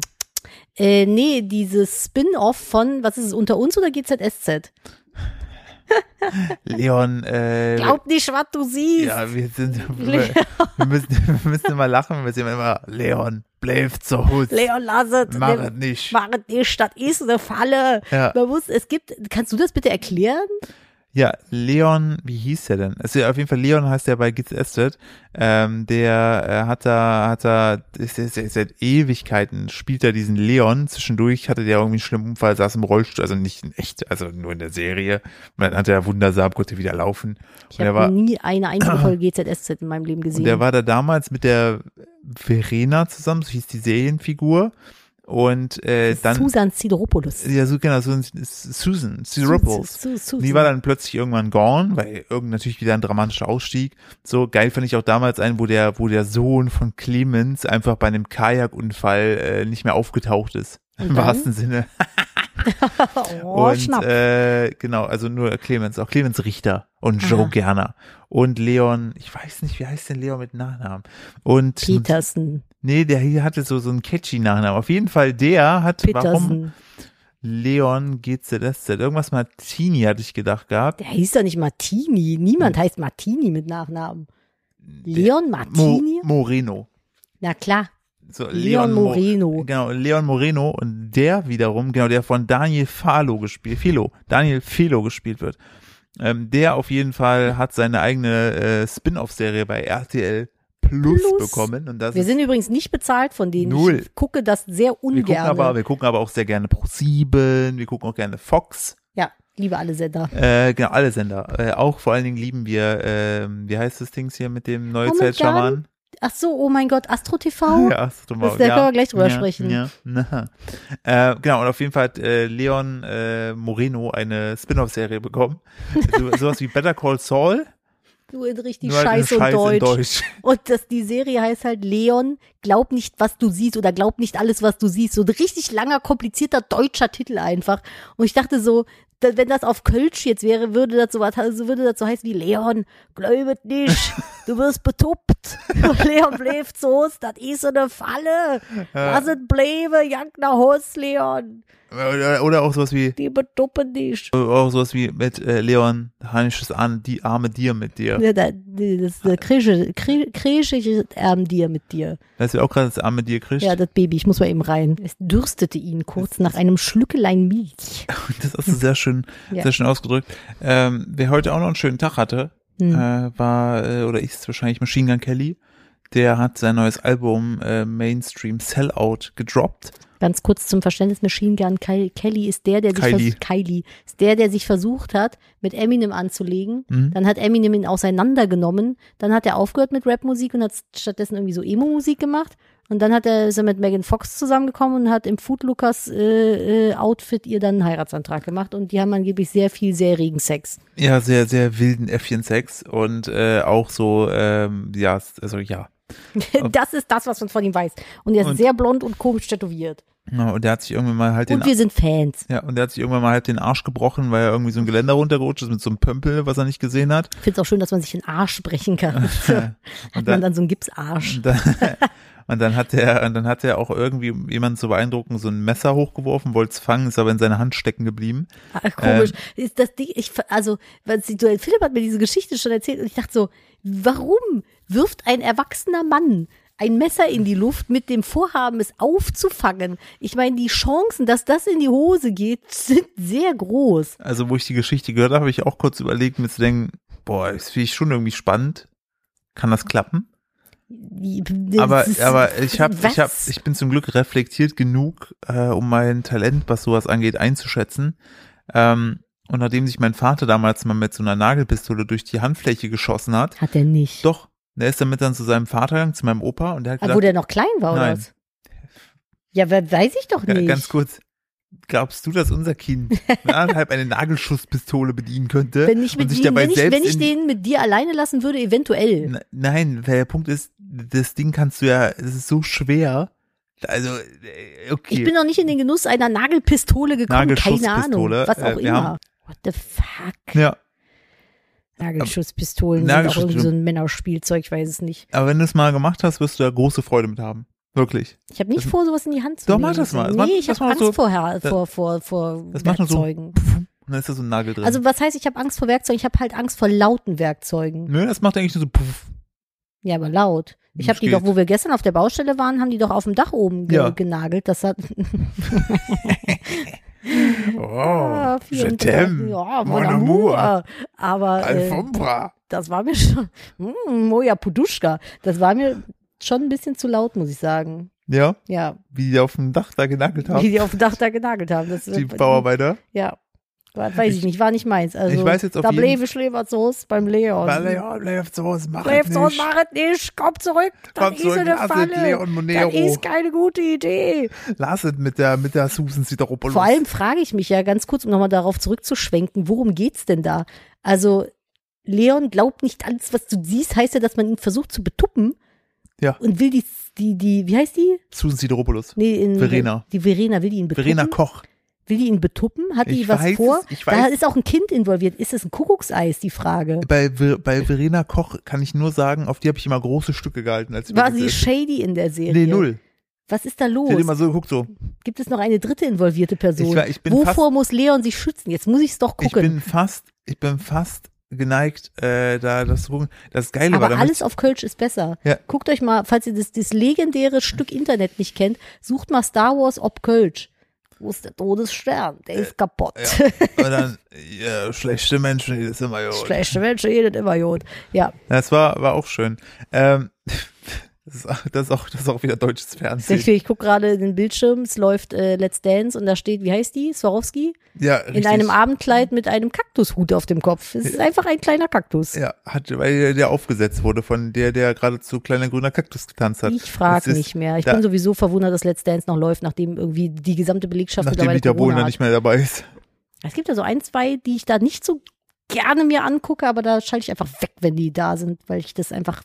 B: Äh, nee, dieses Spin-off von, was ist es, unter uns oder GZSZ?
A: Leon, äh,
B: Glaub nicht, was du siehst.
A: ja, wir sind, wir, wir müssen, wir müssen immer lachen, wir sind immer, Leon, bleib zu Hause,
B: Leon, lass es.
A: mach
B: Nimm-
A: es nicht.
B: Mach es nicht, das ist eine Falle.
A: Ja.
B: Man muss, es gibt, kannst du das bitte erklären?
A: Ja, Leon, wie hieß der denn? Also auf jeden Fall Leon heißt der bei Gitz Estet. Ähm, der äh, hat da, hat da, ist, ist, ist, seit Ewigkeiten spielt er diesen Leon. Zwischendurch hatte der irgendwie einen schlimmen Unfall, saß im Rollstuhl, also nicht in echt, also nur in der Serie. Und dann hat er wundersam, konnte wieder laufen.
B: Ich
A: und er
B: habe
A: war,
B: nie eine einzige Folge GZSZ in meinem Leben gesehen.
A: und der war da damals mit der Verena zusammen, so hieß die Serienfigur. Und äh, dann.
B: Susan Sideropoulos.
A: Ja, so, genau, so, ein- Susan, Sideropoulos.
B: Su- Su- Su-
A: Die war dann plötzlich irgendwann gone, weil irgend natürlich wieder ein dramatischer Ausstieg. So geil fand ich auch damals einen, wo der, wo der Sohn von Clemens einfach bei einem Kajakunfall äh, nicht mehr aufgetaucht ist. Im
B: Und dann?
A: wahrsten Sinne.
B: Oh,
A: und
B: schnapp.
A: äh, genau, also nur Clemens, auch Clemens Richter und Joe
B: Aha.
A: Gerner und Leon, ich weiß nicht, wie heißt denn Leon mit Nachnamen? Und
B: Petersen.
A: nee, der hier hatte so so einen catchy Nachnamen. Auf jeden Fall, der hat warum
B: Petersen.
A: Leon GZSZ, irgendwas Martini hatte ich gedacht gehabt.
B: Der hieß doch nicht Martini. Niemand
A: Hm.
B: heißt Martini mit Nachnamen. Leon
A: Mo
B: Martini?
A: Moreno.
B: Na klar.
A: So,
B: Leon
A: Mo-
B: Moreno.
A: Genau, Leon Moreno und der wiederum, genau, der von Daniel Falo gespielt, Filo, Daniel Filo gespielt wird. Ähm, der auf jeden Fall hat seine eigene äh, Spin-off-Serie bei RTL Plus,
B: Plus.
A: bekommen. Und das
B: Wir
A: ist,
B: sind übrigens nicht bezahlt von denen.
A: Null.
B: Ich gucke das
A: wir
B: sehr
A: gucken
B: ungern.
A: aber, wir gucken aber auch sehr gerne Pro7, wir gucken auch gerne Fox.
B: ja, liebe alle Sender.
A: Äh, genau, alle Sender. Äh, auch vor allen Dingen lieben wir, ähm, wie heißt das Dings hier mit dem
B: Garden?
A: Neuzeitschaman?
B: Ach so, oh mein Gott, Astro TV?
A: Ja, hast du mal,
B: Das- da
A: ja,
B: können wir gleich drüber
A: ja,
B: sprechen.
A: Ja, na. Äh, genau, und auf jeden Fall hat äh, Leon äh, Moreno eine Spin-off-Serie bekommen. so, sowas wie Better Call Saul.
B: Du in richtig
A: nur halt in
B: Scheiße und
A: Scheiß in
B: Deutsch.
A: Deutsch.
B: Und das, die Serie heißt halt Leon, glaub nicht, was du siehst oder glaub nicht alles, was du siehst. So ein richtig langer, komplizierter deutscher Titel einfach. Und ich dachte so, da, wenn das auf Kölsch jetzt wäre, würde das so was, also würde das so heißen wie Leon, glaubet nicht, du wirst betuppt. Und Leon bleibt so, das ist eine Falle. Was sind Blebe, jank nach Haus, Leon.
A: Oder, oder auch sowas wie
B: Die betuppen dich.
A: auch sowas wie mit äh, Leon, heimisches An, die arme Dir mit dir.
B: Ja, da, das das kriege kriege- kriege ich ähm, dir mit dir.
A: Weißt du, wer auch gerade das arme Dir kriegt?
B: Ja, das Baby, ich muss mal eben rein. Es dürstete ihn kurz nach einem Schlückelein Milch.
A: Das hast du sehr schön,
B: Ja.
A: sehr schön ausgedrückt. Ähm, wer heute auch noch einen schönen Tag hatte,
B: Hm.
A: äh, war, äh, oder ist wahrscheinlich Machine Gun Kelly. Der hat sein neues Album äh, Mainstream Sellout gedroppt.
B: Ganz kurz zum Verständnis, Machine Gun Kel- Kelly ist der, der sich
A: Kylie.
B: Vers Kylie ist der, der sich versucht hat, mit Eminem anzulegen. Dann hat Eminem ihn auseinandergenommen. Dann hat er aufgehört mit Rapmusik und hat stattdessen irgendwie so Emo-Musik gemacht. Und dann hat er ist er mit Megan Fox zusammengekommen und hat im Foodlookers äh, äh, Outfit ihr dann einen Heiratsantrag gemacht und die haben angeblich sehr viel sehr regen Sex.
A: Ja, sehr, sehr wilden Äffchen-Sex und äh, auch so, ähm, ja, also ja.
B: Das ist das, was man von ihm weiß. Und er ist
A: Und-
B: sehr blond und komisch tätowiert.
A: Ja, Und der hat sich irgendwann mal halt den,
B: Und wir sind Fans.
A: ja, und der hat sich irgendwann mal halt den Arsch gebrochen, weil er irgendwie so ein Geländer runtergerutscht ist mit so einem Pömpel, was er nicht gesehen hat.
B: Ich finde es auch schön, dass man sich den Arsch brechen kann. Hat
A: Und
B: man
A: dann,
B: dann so einen Gipsarsch.
A: und dann, und dann hat er, und dann hat er auch irgendwie, um jemanden zu beeindrucken, so ein Messer hochgeworfen, wollte es fangen, ist aber in seiner Hand stecken geblieben. Ähm,
B: Ah, Komisch. Ist das Ding, ich, also, weil sie- du- Philipp hat mir diese Geschichte schon erzählt und ich dachte so, warum wirft ein erwachsener Mann ein Messer in die Luft mit dem Vorhaben, es aufzufangen? Ich meine, die Chancen, dass das in die Hose geht, sind sehr groß.
A: Also, wo ich die Geschichte gehört habe, habe ich auch kurz überlegt, mir zu denken, boah, das finde ich schon irgendwie spannend. Kann das klappen?
B: Die-
A: Aber,
B: das ist-
A: aber ich habe, ich habe,
B: Was?
A: ich bin zum Glück reflektiert genug, äh, um mein Talent, was sowas angeht, einzuschätzen. Ähm, und nachdem sich mein Vater damals mal mit so einer Nagelpistole durch die Handfläche geschossen hat,
B: Hat er nicht.
A: doch, der ist damit dann zu seinem Vater gegangen, zu meinem Opa, und der hat
B: Ah, wo
A: gedacht,
B: der noch klein war, oder
A: Nein.
B: was? Ja, we- weiß ich doch
A: "Ga-
B: nicht.
A: ganz kurz, glaubst du, dass unser Kind mit anderthalb eine Nagelschusspistole bedienen könnte?
B: Wenn ich,
A: und
B: mit
A: sich
B: ihm,
A: dabei
B: wenn ich,
A: selbst
B: wenn ich
A: in-
B: den mit dir alleine lassen würde, eventuell.
A: Ne- Nein, weil der Punkt ist, das Ding kannst du ja, es ist so schwer. Also, äh, okay.
B: Ich bin noch nicht in den Genuss einer Nagelpistole gekommen, keine Ahnung.
A: Nagelschusspistole,
B: Was auch
A: äh, wir
B: immer.
A: haben-
B: What the fuck?
A: ja. ähm,
B: Nagelschusspistolen sind auch
A: Nagelschusspistolen-
B: irgendwie so ein Männerspielzeug, ich weiß es nicht.
A: Aber wenn du es mal gemacht hast, wirst du da große Freude mit haben. Wirklich.
B: Ich habe nicht
A: Das-
B: vor, sowas in die Hand zu
A: Doch,
B: nehmen.
A: mach das mal. Das
B: Nee,
A: macht-
B: ich
A: das
B: habe
A: macht
B: Angst
A: so-
B: vor, Her-
A: das-
B: vor, vor, vor
A: Das macht nur so-
B: Werkzeugen.
A: Und dann ist da so ein Nagel drin.
B: also was heißt, ich habe Angst vor Werkzeugen? Ich habe halt Angst vor lauten Werkzeugen.
A: Nö, Ne, das macht eigentlich nur so puff.
B: Ja, aber laut. Ich
A: Das
B: habe die doch,
A: geht.
B: wo wir gestern auf der Baustelle waren, haben die doch auf dem Dach oben ge
A: Ja.
B: genagelt. Das hat
A: Oh,
B: je t'aime, Ah, ja, mon amour. Aber äh,
A: Alfombra.
B: das war mir schon, mm, Moja Puduschka, das war mir schon ein bisschen zu laut, muss ich sagen.
A: Ja,
B: Ja,
A: wie die auf dem Dach da genagelt
B: wie
A: haben,
B: die auf dem Dach da genagelt haben. Das,
A: die Bauarbeiter.
B: Ja, Was weiß ich, nicht, war nicht meins. Also,
A: ich weiß jetzt auf
B: da
A: jeden-
B: blieb ich lieber zu Hause beim Leon.
A: Weil Leon läuft so, es macht halt
B: Bleib
A: nicht.
B: zu Hause, mach es nicht, komm zurück. Das
A: Komm
B: ist
A: zurück,
B: eine
A: lass es,
B: Falle.
A: Leon Monero.
B: Das ist keine gute Idee.
A: Lass es mit der, mit der Susan Sideropoulos.
B: Vor allem frage ich mich ja ganz kurz, um nochmal darauf zurückzuschwenken, worum geht's denn da? Also, Leon glaubt nicht alles, was du siehst, heißt ja, dass man ihn versucht zu betuppen.
A: Ja.
B: Und will die, die, die, wie heißt die?
A: Susan Sideropoulos.
B: Nee, in,
A: Verena.
B: Die Verena will die ihn betuppen.
A: Verena Koch.
B: Will die ihn betuppen? Hat die
A: Ich
B: was
A: weiß
B: vor?
A: es, ich
B: Da
A: weiß-
B: ist auch ein Kind involviert. Ist es ein Kuckuckseis, die Frage?
A: Bei, Ver- bei Verena Koch kann ich nur sagen, auf die habe ich immer große Stücke gehalten. Als
B: War sie
A: wirklich-
B: shady in der Serie?
A: Nee, null.
B: Was ist da
A: Ich hätte immer
B: los?
A: so geguckt, so.
B: Gibt es noch eine dritte involvierte Person?
A: Ich war- ich bin
B: Wovor
A: fast-
B: muss Leon sich schützen? Jetzt muss ich es doch
A: Ich
B: gucken.
A: bin fast, ich bin fast geneigt, äh, da das zu gucken. Das Geile war
B: Aber
A: damit.
B: alles auf Kölsch ist besser.
A: Ja.
B: Guckt euch mal, falls ihr das, das legendäre Stück Internet nicht kennt, sucht mal Star Wars ob Kölsch. Wo ist der Todesstern?
A: Äh,
B: Der ist kaputt.
A: Und dann, ja, schlechte Menschen, das ist immer gut.
B: Schlechte Menschen, jedes immer Jod. Ja,
A: Das war, war auch schön. Ähm, das, ist, auch- das, ist auch, das ist auch wieder deutsches Fernsehen.
B: richtig. Ich gucke gerade in den Bildschirm, es läuft äh, Let's Dance und da steht, wie heißt die? Swarovski?
A: Ja, richtig.
B: In einem Abendkleid mit einem Kaktushut auf dem Kopf. Es ist einfach ein kleiner Kaktus.
A: Ja, hat, weil der, der aufgesetzt wurde von der, der geradezu kleiner grüner Kaktus getanzt hat.
B: Ich frage
A: Das ist-
B: nicht mehr. Ich
A: da-
B: bin sowieso verwundert, dass Let's Dance noch läuft, nachdem irgendwie die gesamte Belegschaft
A: Nachdem
B: mittlerweile
A: Dieter Bohlen
B: Corona
A: dann
B: hat.
A: nicht mehr dabei ist.
B: Es gibt ja so ein, zwei, die ich da nicht so gerne mir angucke, aber da schalte ich einfach weg, wenn die da sind, weil ich das einfach,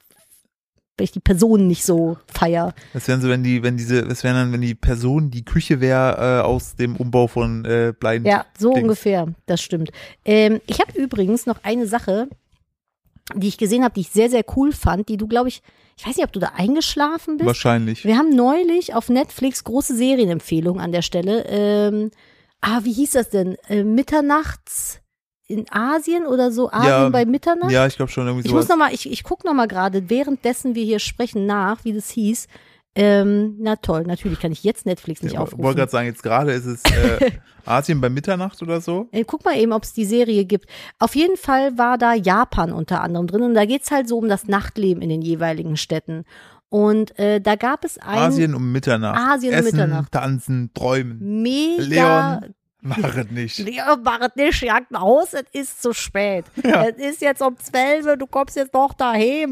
B: weil ich die Personen nicht so feier.
A: Das wären so, wenn die, wenn diese, das wären dann, wenn die Person die Küche wäre äh, aus dem Umbau von äh, Blind.
B: Ja, so
A: Dings.
B: ungefähr. Das stimmt. Ähm, ich habe übrigens noch eine Sache, die ich gesehen habe, die ich sehr, sehr cool fand, die du, glaube ich, ich weiß nicht, ob du da eingeschlafen bist.
A: Wahrscheinlich.
B: Wir haben neulich auf Netflix große Serienempfehlungen an der Stelle. Ähm, ah, wie hieß das denn? Äh, Mitternachts in Asien oder so? Asien
A: Ja,
B: bei Mitternacht?
A: Ja, ich glaube schon irgendwie
B: ich muss
A: sowas.
B: noch mal, ich, ich guck noch mal gerade, währenddessen wir hier sprechen, nach, wie das hieß. Ähm, na toll, natürlich kann ich jetzt Netflix nicht
A: Ja, wo- wollte
B: aufrufen.
A: gerade sagen, jetzt gerade ist es äh, Asien bei Mitternacht oder so.
B: Äh, Guck mal eben, ob es die Serie gibt. Auf jeden Fall war da Japan unter anderem drin und da geht's halt so um das Nachtleben in den jeweiligen Städten. Und äh, da gab es ein
A: Asien um Mitternacht.
B: Asien um
A: Essen,
B: Mitternacht.
A: tanzen, träumen.
B: mega
A: Leon Machet nicht.
B: Leon macht nicht Jagd aus, es ist zu spät.
A: Ja.
B: Es ist jetzt um 12 Uhr, du kommst jetzt noch daheim.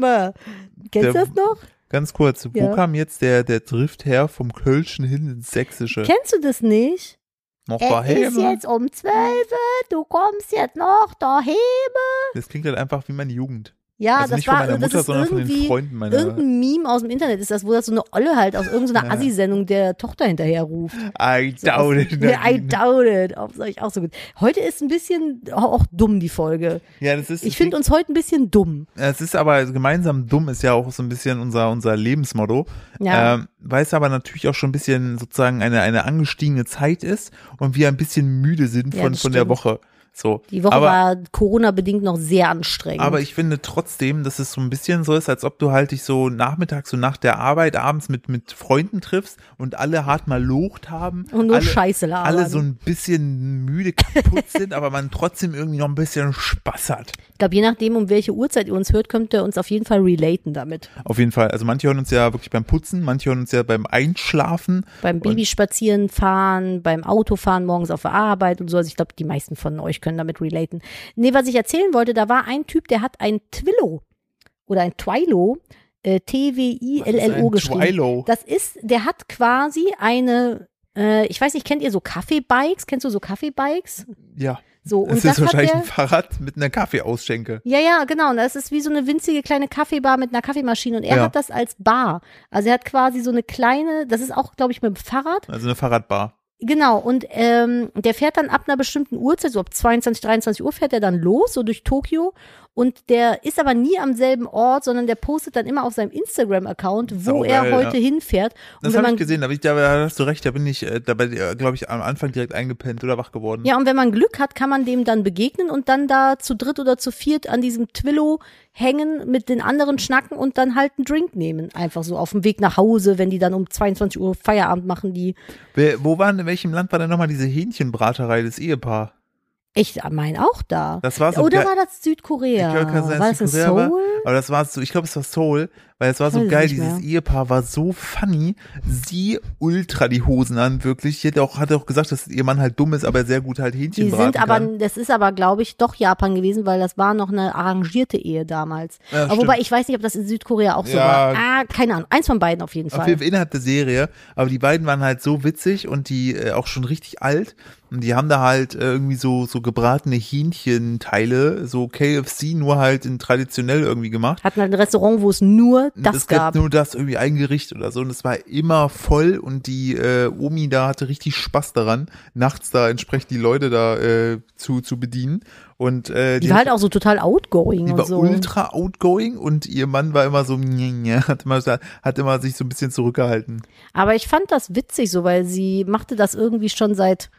B: Kennst
A: Der-
B: du das noch?
A: Ganz kurz,
B: Ja.
A: wo kam jetzt der, der Drift her vom Kölschen hin ins Sächsische?
B: Kennst du das nicht?
A: Noch
B: Es Äh, ist
A: daheim.
B: jetzt um 12 Uhr, du kommst jetzt noch daheim.
A: Das klingt halt einfach wie meine Jugend.
B: Ja,
A: also
B: das
A: nicht
B: war
A: von meiner
B: also das
A: Mutter,
B: ist
A: sondern von den
B: irgendwie
A: Freunden meiner.
B: irgendein Meme aus dem Internet ist das, wo das so eine Olle halt aus irgendeiner
A: Ja.
B: Assi-Sendung der Tochter hinterher ruft.
A: I
B: So aus-
A: doubt it.
B: I doubt it. Oh, das war ich auch so gut. Heute ist ein bisschen auch, auch dumm die Folge.
A: Ja, das ist,
B: Ich finde uns heute ein bisschen dumm.
A: es ist aber gemeinsam dumm, ist ja auch so ein bisschen unser, unser Lebensmotto.
B: Ja.
A: Ähm, weil es aber natürlich auch schon ein bisschen sozusagen eine, eine angestiegene Zeit ist und wir ein bisschen müde sind
B: Ja,
A: von,
B: das
A: von der
B: stimmt.
A: Woche. So.
B: Die Woche
A: aber,
B: war Corona-bedingt noch sehr anstrengend.
A: Aber ich finde trotzdem, dass es so ein bisschen so ist, als ob du halt dich so nachmittags, so nach der Arbeit, abends mit, mit Freunden triffst und alle hart mal locht haben.
B: und nur
A: alle,
B: Scheiße labern.
A: Alle so ein bisschen müde kaputt sind, aber man trotzdem irgendwie noch ein bisschen Spaß hat.
B: ich glaube, je nachdem, um welche Uhrzeit ihr uns hört, könnt ihr uns auf jeden Fall relaten damit.
A: Auf jeden Fall. Also manche hören uns ja wirklich beim Putzen, manche hören uns ja beim Einschlafen.
B: Beim Baby spazieren fahren, beim Autofahren morgens auf der Arbeit und so. Also ich glaube, die meisten von euch können damit relaten. Nee, was ich erzählen wollte, da war ein Typ, der hat ein Twillo oder ein Twilo, äh, T-W-I-L-L-O
A: Das ist ein
B: geschrieben.
A: Twilo.
B: Das ist, der hat quasi eine, äh, ich weiß nicht, kennt ihr so Kaffeebikes? Kennst du so Kaffeebikes?
A: Ja.
B: So, und
A: Es
B: das
A: ist
B: hat
A: wahrscheinlich
B: der,
A: ein Fahrrad mit einer Kaffeeausschenke.
B: Ja, ja, genau. Und das ist wie so eine winzige kleine Kaffeebar mit einer Kaffeemaschine. Und er
A: Ja.
B: hat das als Bar. Also er hat quasi so eine kleine, das ist auch, glaube ich, mit dem Fahrrad.
A: Also eine Fahrradbar.
B: Genau. Und ähm, der fährt dann ab einer bestimmten Uhrzeit, so ab 22, 23 Uhr fährt er dann los, so durch Tokio. Und der ist aber nie am selben Ort, sondern der postet dann immer auf seinem Instagram-Account, wo
A: Saugeil,
B: er heute
A: ja.
B: hinfährt. Und
A: Das
B: wenn
A: habe ich
B: man
A: gesehen, da, bin ich, da hast du recht, da bin ich äh, dabei, glaube ich, am Anfang direkt eingepennt oder wach geworden.
B: Ja, und wenn man Glück hat, kann man dem dann begegnen und dann da zu dritt oder zu viert an diesem Twillo hängen, mit den anderen schnacken und dann halt einen Drink nehmen. Einfach so auf dem Weg nach Hause, wenn die dann um 22 Uhr Feierabend machen, die
A: Wer, wo waren, in welchem Land war denn nochmal diese Hähnchenbraterei des Ehepaar?
B: echt mein auch da.
A: Das war so
B: Oder
A: geil.
B: war das Südkorea?
A: Ich glaub, kann sein,
B: war
A: dass
B: das in
A: es in Korea war,
B: Seoul?
A: aber das war so, ich glaube, es war Seoul, Weil es war so
B: Weiß ich
A: geil,
B: nicht
A: dieses
B: mehr.
A: Ehepaar war so funny. Sie ultra die Hosen an, wirklich. Sie hat auch, hat auch gesagt, dass ihr Mann halt dumm ist, aber sehr gut halt Hähnchen
B: Die
A: braten
B: sind aber,
A: kann.
B: das ist aber, glaube ich, doch Japan gewesen, weil das war noch eine arrangierte Ehe damals.
A: Ja,
B: aber
A: stimmt.
B: wobei ich weiß nicht, ob das in Südkorea auch so
A: Ja.
B: war. Ah, keine Ahnung. Eins von beiden auf jeden
A: Auf
B: Fall.
A: jeden Fall innerhalb der Serie, aber die beiden waren halt so witzig und die äh, auch schon richtig alt und die haben da halt äh, irgendwie so so gebratene Hähnchenteile, so KFC nur halt in traditionell irgendwie gemacht.
B: Hatten halt ein Restaurant, wo es nur das
A: es
B: gab.
A: gab nur das irgendwie ein Gericht oder so und es war immer voll und die äh, Omi da hatte richtig Spaß daran, nachts da entsprechend die Leute da äh, zu zu bedienen und äh,
B: die war halt auch so total outgoing
A: die
B: und
A: war
B: so.
A: ultra outgoing und ihr Mann war immer so, nye, nye, hat immer, hat immer sich so ein bisschen zurückgehalten.
B: Aber ich fand das witzig so, weil sie machte das irgendwie schon seit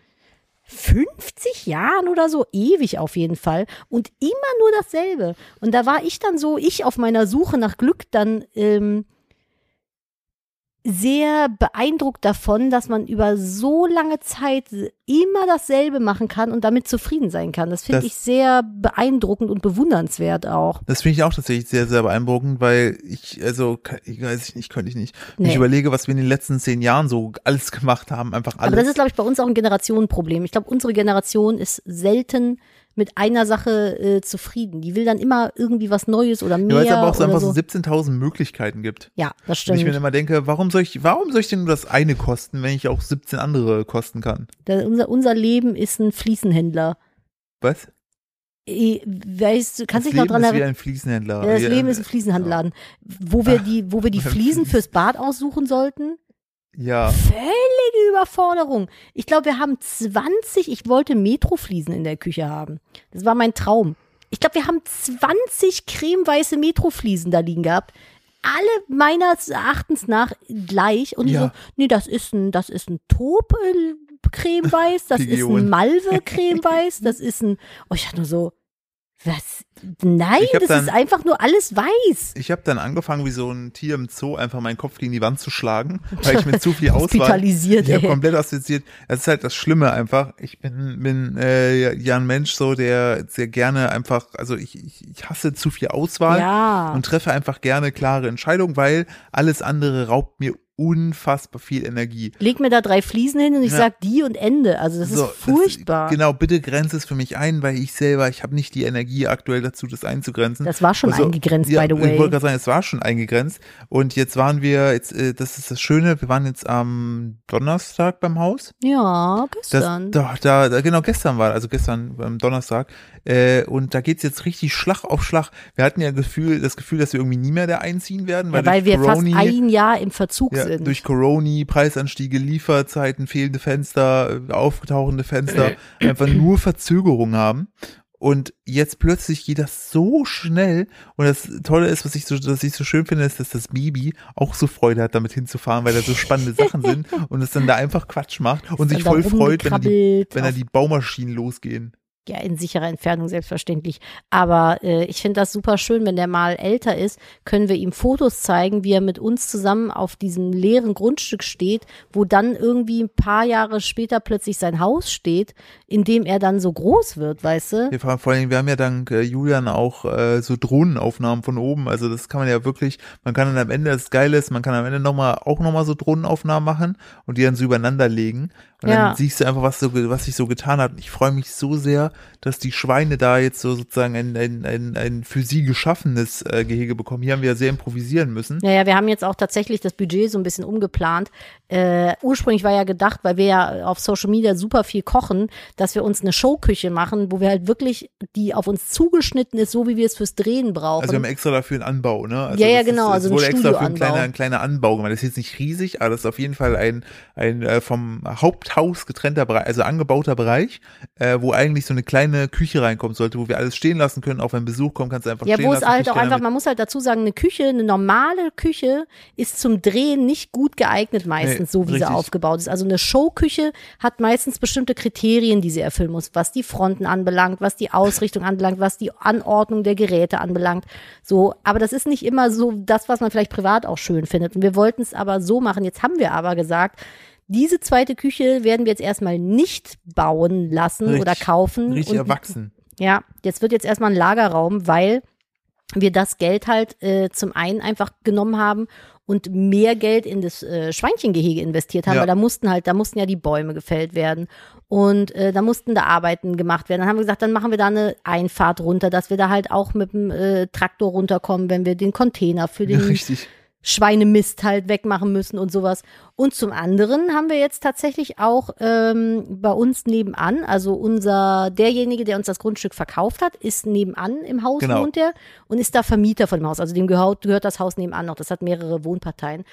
B: 50 Jahren oder so, ewig auf jeden Fall. Und immer nur dasselbe. Und da war ich dann so, ich auf meiner Suche nach Glück dann ähm, sehr beeindruckt davon, dass man über so lange Zeit immer dasselbe machen kann und damit zufrieden sein kann. Das finde
A: Das-
B: ich sehr beeindruckend und bewundernswert auch.
A: Das finde ich auch tatsächlich sehr, sehr beeindruckend, weil ich, also, ke- ich weiß ich nicht, könnte ich nicht. Wenn
B: Nee.
A: Ich überlege, was wir in den letzten zehn Jahren so alles gemacht haben, einfach alles.
B: Aber das ist, glaube ich, bei uns auch ein Generationenproblem. Ich glaube, unsere Generation ist selten mit einer Sache äh, zufrieden. Die will dann immer irgendwie was Neues oder
A: ja,
B: mehr.
A: weil es aber auch so
B: oder
A: einfach
B: so.
A: so 17.000 Möglichkeiten gibt.
B: ja, das
A: Und ich mir dann
B: stimmt.
A: immer denke, warum soll ich, warum soll ich denn nur das eine kosten, wenn ich auch 17 andere kosten kann?
B: Da, unser, unser Leben ist ein Fliesenhändler.
A: Was?
B: Eh, Weißt du, kannst
A: das
B: dich noch
A: Leben
B: dran
A: ist wie
B: erinnern?
A: ein Fliesenhändler.
B: Ja, das
A: Wie
B: Leben
A: ein-
B: ist ein Fliesenhandladen. Wo wir die, wo wir die
A: Beim
B: Fliesen
A: Fließen.
B: fürs Bad aussuchen sollten?
A: äh, Ja.
B: Völlige Überforderung. Ich glaube, wir haben 20, ich wollte Metrofliesen in der Küche haben. Das war mein Traum. Ich glaube, wir haben 20 cremeweiße Metrofliesen da liegen gehabt. Alle meines Erachtens nach gleich. Und
A: Ja.
B: ich so, nee, das ist ein, das ist ein Top äh, cremeweiß, das ist ein
A: Pigeon.
B: Malve cremeweiß, das ist ein, oh, ich hatte nur so, was? Nein,
A: Ich hab
B: das
A: dann-
B: ist einfach nur alles weiß.
A: Ich habe dann angefangen, wie so ein Tier im Zoo einfach meinen Kopf gegen die Wand zu schlagen, weil ich mir zu viel Auswahl.
B: Hospitalisiert,
A: Ich habe
B: ey.
A: komplett assoziiert. Das ist halt das Schlimme einfach. Ich bin, bin äh, ja ein Mensch so, der sehr gerne einfach, also ich, ich, ich hasse zu viel Auswahl
B: Ja.
A: und treffe einfach gerne klare Entscheidungen, weil alles andere raubt mir unfassbar viel Energie.
B: leg mir da drei Fliesen hin und ich
A: Ja.
B: sag die und Ende. Also das
A: So,
B: ist furchtbar. Das,
A: genau, bitte grenze es für mich ein, weil ich selber, ich habe nicht die Energie aktuell dazu, das einzugrenzen.
B: war schon
A: Also,
B: eingegrenzt,
A: ja,
B: by the
A: Ich
B: way.
A: wollte gerade sagen, es war schon eingegrenzt. Und jetzt waren wir, jetzt, äh, das ist das Schöne, wir waren jetzt am Donnerstag beim Haus.
B: ja,
A: Das,
B: gestern.
A: da, da, da, genau, gestern war, also gestern am Donnerstag. Äh, und da geht's jetzt richtig Schlag auf Schlag. Wir hatten ja Gefühl, das Gefühl, dass wir irgendwie nie mehr da einziehen werden, weil,
B: ja, weil
A: durch
B: wir
A: Coroni,
B: fast ein Jahr im Verzug
A: ja,
B: sind.
A: durch Coroni, Preisanstiege, Lieferzeiten, fehlende Fenster, äh, aufgetauchende Fenster, einfach nur Verzögerungen haben. Und jetzt plötzlich geht das so schnell. Und das Tolle ist, was ich so, was ich so schön finde, ist, dass das Baby auch so Freude hat, damit hinzufahren, weil da so spannende Sachen sind und es dann da einfach Quatsch macht und
B: Dann
A: sich
B: da
A: voll freut, wenn die,
B: rumgekrabbelt
A: wenn da
B: auf-
A: die Baumaschinen losgehen.
B: ja, in sicherer Entfernung selbstverständlich. Aber äh, ich finde das super schön, wenn der mal älter ist, können wir ihm Fotos zeigen, wie er mit uns zusammen auf diesem leeren Grundstück steht, wo dann irgendwie ein paar Jahre später plötzlich sein Haus steht, in dem er dann so groß wird, weißt du?
A: Wir, fahren, vor allem, wir haben ja dank äh, Julian auch äh, so Drohnenaufnahmen von oben. Also das kann man ja wirklich, man kann dann am Ende, das Geile ist, man kann am Ende noch mal, auch nochmal so Drohnenaufnahmen machen und die dann so übereinander legen. Und
B: Ja.
A: dann siehst du einfach, was, so, ge- was sich so getan hat. Und ich freue mich so sehr, dass die Schweine da jetzt so sozusagen ein, ein, ein, ein für sie geschaffenes äh, Gehege bekommen. Hier haben wir ja sehr improvisieren müssen.
B: Naja, wir haben jetzt auch tatsächlich das Budget so ein bisschen umgeplant. Äh, ursprünglich war ja gedacht, weil wir ja auf Social Media super viel kochen, dass wir uns eine Showküche machen, wo wir halt wirklich, die auf uns zugeschnitten ist, so wie wir es fürs Drehen brauchen.
A: Also wir haben extra dafür einen Anbau, ne? Also
B: Ja, ja,
A: das ist-
B: genau,
A: Es
B: also ein
A: wurde extra für ein
B: Studioanbau.
A: kleiner, ein kleiner Anbau gemacht. Das ist jetzt nicht riesig, aber das ist auf jeden Fall ein, ein äh, vom Haupthaus getrennter Bereich, also angebauter Bereich, äh, wo eigentlich so eine kleine Küche reinkommen sollte, wo wir alles stehen lassen können. Auch wenn Besuch kommt, kannst du einfach
B: ja,
A: stehen
B: wo
A: lassen.
B: es halt
A: kriegt
B: auch
A: keiner
B: einfach,
A: mit.
B: man muss halt dazu sagen, eine Küche, eine normale Küche ist zum Drehen nicht gut geeignet meistens,
A: Nee,
B: so wie sie
A: richtig.
B: aufgebaut ist. Also eine Showküche hat meistens bestimmte Kriterien, die sie erfüllen muss, was die Fronten anbelangt, was die Ausrichtung anbelangt, was die Anordnung der Geräte anbelangt. So, aber das ist nicht immer so das, was man vielleicht privat auch schön findet. Und wir wollten es aber so machen. Jetzt haben wir aber gesagt, diese zweite Küche werden wir jetzt erstmal nicht bauen lassen oder
A: Richtig,
B: kaufen
A: Richtig
B: und
A: erwachsen.
B: ja, jetzt wird jetzt erstmal ein Lagerraum, weil wir das Geld halt äh, zum einen einfach genommen haben und mehr Geld in das äh, Schweinchengehege investiert haben,
A: Ja.
B: weil da mussten halt, da mussten ja die Bäume gefällt werden und äh, da mussten da Arbeiten gemacht werden. Dann haben wir gesagt, dann machen wir da eine Einfahrt runter, dass wir da halt auch mit dem äh, Traktor runterkommen, wenn wir den Container für
A: Ja,
B: den
A: richtig.
B: Schweinemist halt wegmachen müssen und sowas. Und zum anderen haben wir jetzt tatsächlich auch ähm, bei uns nebenan, also unser derjenige, der uns das Grundstück verkauft hat, ist nebenan im Haus
A: Genau.
B: wohnt er und ist da Vermieter von dem Haus. Also dem gehört, gehört das Haus nebenan noch. Das hat mehrere Wohnparteien.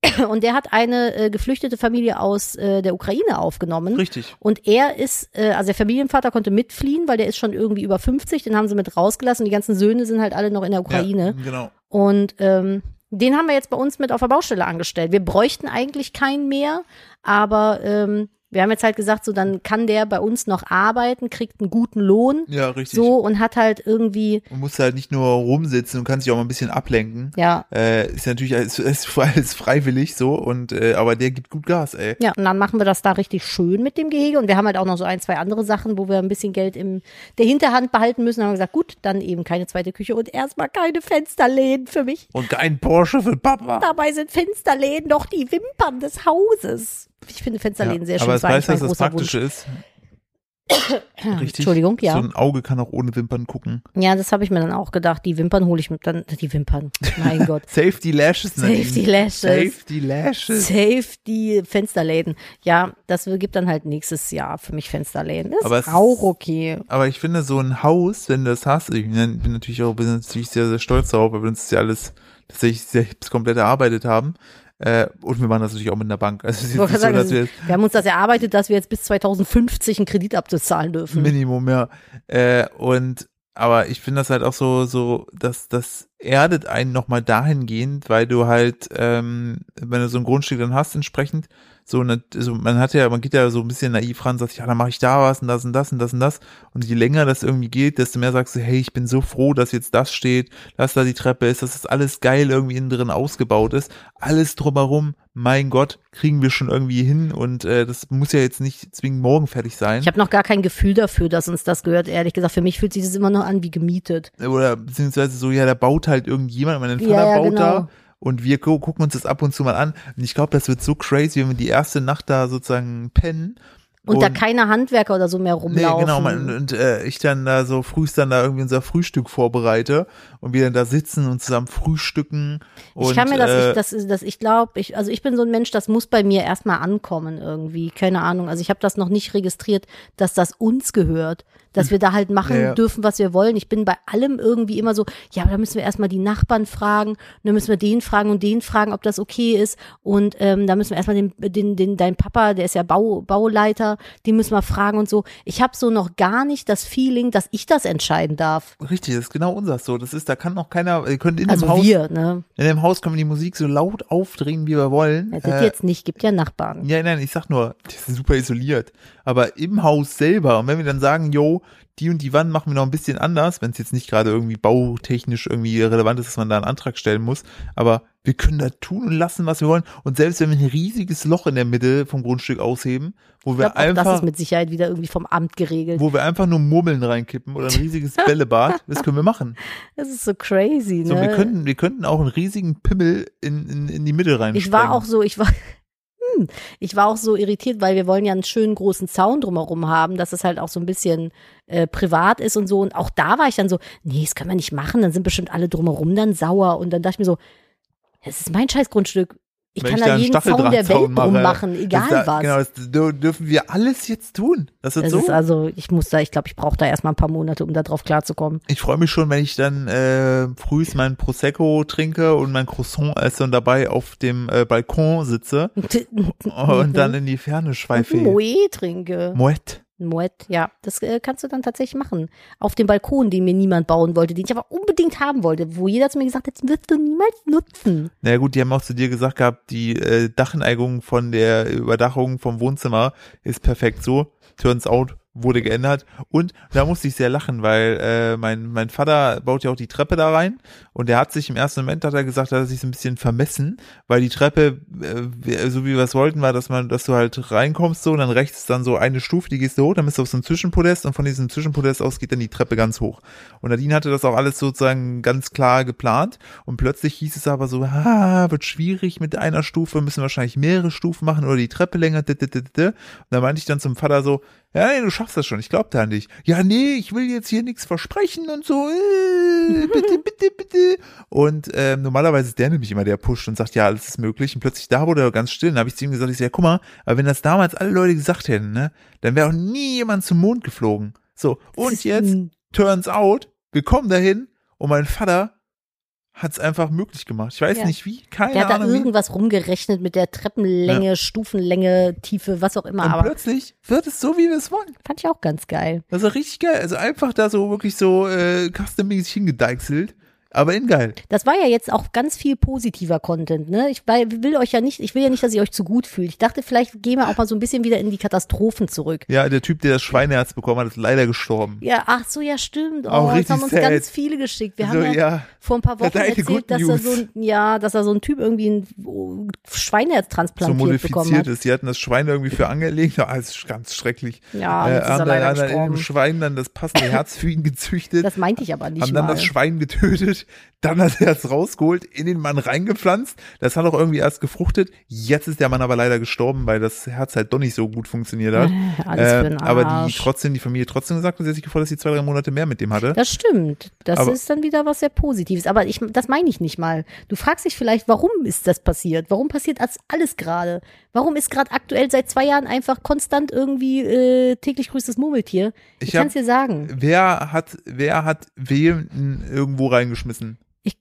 B: Und der hat eine äh, geflüchtete Familie aus äh, der Ukraine aufgenommen.
A: Richtig.
B: Und er ist, äh, also der Familienvater konnte mitfliehen, weil der ist schon irgendwie über 50, den haben sie mit rausgelassen. Die ganzen Söhne sind halt alle noch in der Ukraine.
A: Ja, genau.
B: Und ähm, den haben wir jetzt bei uns mit auf der Baustelle angestellt. Wir bräuchten eigentlich keinen mehr, aber ähm, wir haben jetzt halt gesagt, so dann kann der bei uns noch arbeiten, kriegt einen guten Lohn,
A: Ja, richtig.
B: so und hat halt irgendwie,
A: Man muss halt nicht nur rumsitzen und kann sich auch mal ein bisschen ablenken.
B: ja,
A: Äh, ist natürlich alles, ist alles freiwillig so und äh, aber der gibt gut Gas, ey.
B: ja. Und dann machen wir das da richtig schön mit dem Gehege und wir haben halt auch noch so ein, zwei andere Sachen, wo wir ein bisschen Geld im der Hinterhand behalten müssen. Dann haben wir gesagt, gut, dann eben keine zweite Küche und erstmal keine Fensterläden für mich.
A: Und kein Porsche für Papa.
B: Dabei sind Fensterläden doch die Wimpern des Hauses. Ich finde Fensterläden sehr schön.
A: aber es
B: war eigentlich
A: weiß, dass
B: mein
A: das
B: großer Wunsch.
A: Praktische ist. Richtig.
B: Entschuldigung, ja.
A: So ein Auge kann auch ohne Wimpern gucken.
B: Ja, das habe ich mir dann auch gedacht. Die Wimpern hole ich mir dann. Die Wimpern. Mein Gott.
A: Safety Lashes. Nadine.
B: Safety Lashes.
A: Safety Lashes.
B: Safe die Fensterläden. Ja, das gibt dann halt nächstes Jahr für mich Fensterläden. Das
A: Aber es
B: ist auch okay.
A: Aber ich finde, so ein Haus, wenn du das hast, ich bin bin natürlich auch bin natürlich sehr, sehr stolz darauf, weil wir uns das ja alles tatsächlich selbst komplett erarbeitet haben. Äh, und wir machen das natürlich auch mit einer Bank. Also es ist
B: Ich
A: jetzt
B: wollte
A: nicht so,
B: sagen,
A: dass wir
B: wir
A: jetzt
B: haben uns das erarbeitet, dass wir jetzt bis 2050 einen Kredit abzuzahlen dürfen.
A: Minimum, ja. Äh, und aber ich finde das halt auch so, so, dass das erdet einen nochmal dahingehend, weil du halt, ähm, wenn du so ein Grundstück dann hast, entsprechend, so, eine, so man hat ja, man geht ja so ein bisschen naiv ran, sagt, ja, dann mache ich da was und das und das und das und das. Und je länger das irgendwie geht, desto mehr sagst du, hey, ich bin so froh, dass jetzt das steht, dass da die Treppe ist, dass das alles geil irgendwie innen drin ausgebaut ist. Alles drumherum, mein Gott, kriegen wir schon irgendwie hin und äh, das muss ja jetzt nicht zwingend morgen fertig sein.
B: Ich habe noch gar kein Gefühl dafür, dass uns das gehört. Ehrlich gesagt, für mich fühlt sich das immer noch an wie gemietet.
A: oder beziehungsweise so, ja, da baut halt irgendjemand, mein Vater
B: Ja, ja,
A: baut da
B: genau.
A: und wir gu gucken uns das ab und zu mal an. Und ich glaube, das wird so crazy, wenn wir die erste Nacht da sozusagen pennen.
B: Und, da keine Handwerker oder so mehr
A: Nee,
B: rumlaufen.
A: genau, man, und, und äh, ich dann da so frühst dann da irgendwie unser Frühstück vorbereite und wir dann da sitzen und zusammen frühstücken. Und,
B: ich kann mir das,
A: äh,
B: ich, das, ist- das ich glaube, ich, also ich bin so ein Mensch, das muss bei mir erstmal ankommen irgendwie. Keine Ahnung. Also ich habe das noch nicht registriert, dass das uns gehört. Dass wir da halt machen
A: Ja, ja.
B: dürfen, was wir wollen. Ich bin bei allem irgendwie immer so, ja, aber da müssen wir erstmal die Nachbarn fragen, und dann müssen wir den fragen und den fragen, ob das okay ist. Und ähm, da müssen wir erstmal den, den, den, dein Papa, der ist ja Bau, Bauleiter, den müssen wir fragen und so. Ich habe so noch gar nicht das Feeling, dass ich das entscheiden darf.
A: Richtig, das ist genau unseres so. Das ist, da kann noch keiner, ihr könnt in
B: Also
A: dem Haus,
B: wir, ne?
A: in dem Haus können wir die Musik so laut aufdrehen, wie wir wollen.
B: Das
A: Äh,
B: jetzt nicht, gibt ja Nachbarn.
A: Ja, nein, ich sag nur, das ist super isoliert. Aber im Haus selber, und wenn wir dann sagen, yo, die und die Wand machen wir noch ein bisschen anders, wenn es jetzt nicht gerade irgendwie bautechnisch irgendwie relevant ist, dass man da einen Antrag stellen muss, aber wir können da tun und lassen, was wir wollen. Und selbst wenn wir ein riesiges Loch in der Mitte vom Grundstück ausheben, wo wir
B: Ich glaub, auch das
A: einfach,
B: ist mit Sicherheit wieder irgendwie vom Amt geregelt.
A: wo wir einfach nur Murmeln reinkippen oder ein riesiges Bällebad, das können wir machen.
B: Das ist so crazy,
A: So,
B: ne?
A: wir könnten, wir könnten auch einen riesigen Pimmel in, in, in die Mitte rein.
B: ich war auch so, ich war, hm, ich war auch so irritiert, weil wir wollen ja einen schönen großen Zaun drumherum haben, dass es halt auch so ein bisschen äh, privat ist und so. Und auch da war ich dann so, nee, das können wir nicht machen, dann sind bestimmt alle drumherum dann sauer. Und dann dachte ich mir so, das ist mein Scheißgrundstück. Ich
A: Wenn
B: kann
A: ich da
B: da
A: einen
B: jeden Zaun der
A: Stacheldrahtzaun
B: Welt drum
A: mache,
B: machen, egal
A: das,
B: was.
A: Genau, das dür- dürfen wir alles jetzt tun. Das wird
B: es
A: so
B: ist also, ich muss da, ich glaube, ich brauche da erstmal ein paar Monate, um da drauf klarzukommen.
A: Ich freue mich schon, wenn ich dann äh, früh meinen Prosecco trinke und mein Croissant esse und dabei auf dem äh, Balkon sitze und dann in die Ferne schweife.
B: Moe trinke.
A: Moet.
B: Moet, ja, das äh, kannst du dann tatsächlich machen. Auf dem Balkon, den mir niemand bauen wollte, den ich aber unbedingt haben wollte, wo jeder zu mir gesagt hat, das wirst du niemals nutzen.
A: Na ja, gut, die haben auch zu dir gesagt gehabt, die äh, Dachneigung von der Überdachung vom Wohnzimmer ist perfekt so. Turns out, wurde geändert. Und da musste ich sehr lachen, weil äh, mein, mein Vater baut ja auch die Treppe da rein und der hat sich im ersten Moment, hat er gesagt, hat er sich so ein bisschen vermessen, weil die Treppe, äh, so wie wir es wollten, war, dass man, dass du halt reinkommst so und dann rechts ist dann so eine Stufe, die gehst du hoch, dann bist du auf so einem Zwischenpodest und von diesem Zwischenpodest aus geht dann die Treppe ganz hoch. Und Nadine hatte das auch alles sozusagen ganz klar geplant und plötzlich hieß es aber so, ha, wird schwierig mit einer Stufe, müssen wahrscheinlich mehrere Stufen machen oder die Treppe länger, dit, dit, dit, dit. und da meinte ich dann zum Vater so, ja, nee, du schaffst das schon, ich glaub da an dich. Ja, nee, ich will jetzt hier nichts versprechen und so, äh, bitte, bitte, bitte. Und ähm, normalerweise ist der nämlich immer der pusht und sagt, ja, alles ist möglich. Und plötzlich da wurde er ganz still. Dann habe ich zu ihm gesagt, ich sag, ja, guck mal, aber wenn das damals alle Leute gesagt hätten, ne, dann wäre auch nie jemand zum Mond geflogen. So, und jetzt, turns out, wir kommen dahin und mein Vater hat's einfach möglich gemacht. Ich weiß
B: Ja.
A: nicht wie, keine
B: Der hat da
A: Ahnung. wie.
B: irgendwas rumgerechnet mit der Treppenlänge, Stufenlänge, Tiefe, was auch immer.
A: Und
B: Aber
A: plötzlich wird es so, wie wir es wollen.
B: fand ich auch ganz geil.
A: Das ist richtig geil. Also einfach da so wirklich so äh, custom-mäßig hingedeichselt, aber in geil.
B: Das war ja jetzt auch ganz viel positiver Content, ne? Ich wei- will euch ja nicht, ich will ja nicht, dass ihr euch zu gut fühlt. Ich dachte, vielleicht gehen wir auch mal so ein bisschen wieder in die Katastrophen zurück.
A: Ja, der Typ, der das Schweineherz bekommen hat, ist leider gestorben.
B: Ja, ach so, ja, stimmt. Oh,
A: Auch
B: das
A: richtig
B: haben uns
A: sad.
B: ganz viele geschickt. Wir
A: so,
B: haben ja,
A: ja.
B: vor ein paar
A: Das
B: Wochen
A: alte Good
B: erzählt, dass da,
A: News.
B: so ein, ja, dass da so ein Typ irgendwie ein Schweineherz
A: so
B: transplantiert bekommen
A: modifiziert
B: hat.
A: ist. Die hatten das Schwein irgendwie für angelegt. Ah, das ist ganz schrecklich.
B: Ja, und
A: äh,
B: jetzt ist er
A: haben dann,
B: leider
A: haben dann in dem
B: gestorben.
A: Schwein dann das passende Herz für ihn gezüchtet.
B: Das meinte ich aber nicht
A: haben dann
B: mal.
A: das Schwein getötet, dann das Herz rausgeholt, in den Mann reingepflanzt. Das hat auch irgendwie erst gefruchtet. Jetzt ist der Mann aber leider gestorben, weil das Herz halt doch nicht so gut funktioniert hat. Äh,
B: Alles für den
A: aber die
B: Arsch.
A: trotzdem, die Familie trotzdem gesagt, und sie hat sich gefreut, dass sie zwei, drei Monate mehr mit dem hatte.
B: Das stimmt. Das
A: Aber-
B: ist dann wieder was sehr Positives. Aber ich, das meine ich nicht mal. Du fragst dich vielleicht, warum ist das passiert? Warum passiert das alles gerade? Warum ist gerade aktuell seit zwei Jahren einfach konstant irgendwie äh, täglich grüßt das Murmeltier? Ich,
A: Ich hab-
B: kann es dir sagen.
A: Wer hat, wer hat wem irgendwo reingeschmissen?
B: Ich,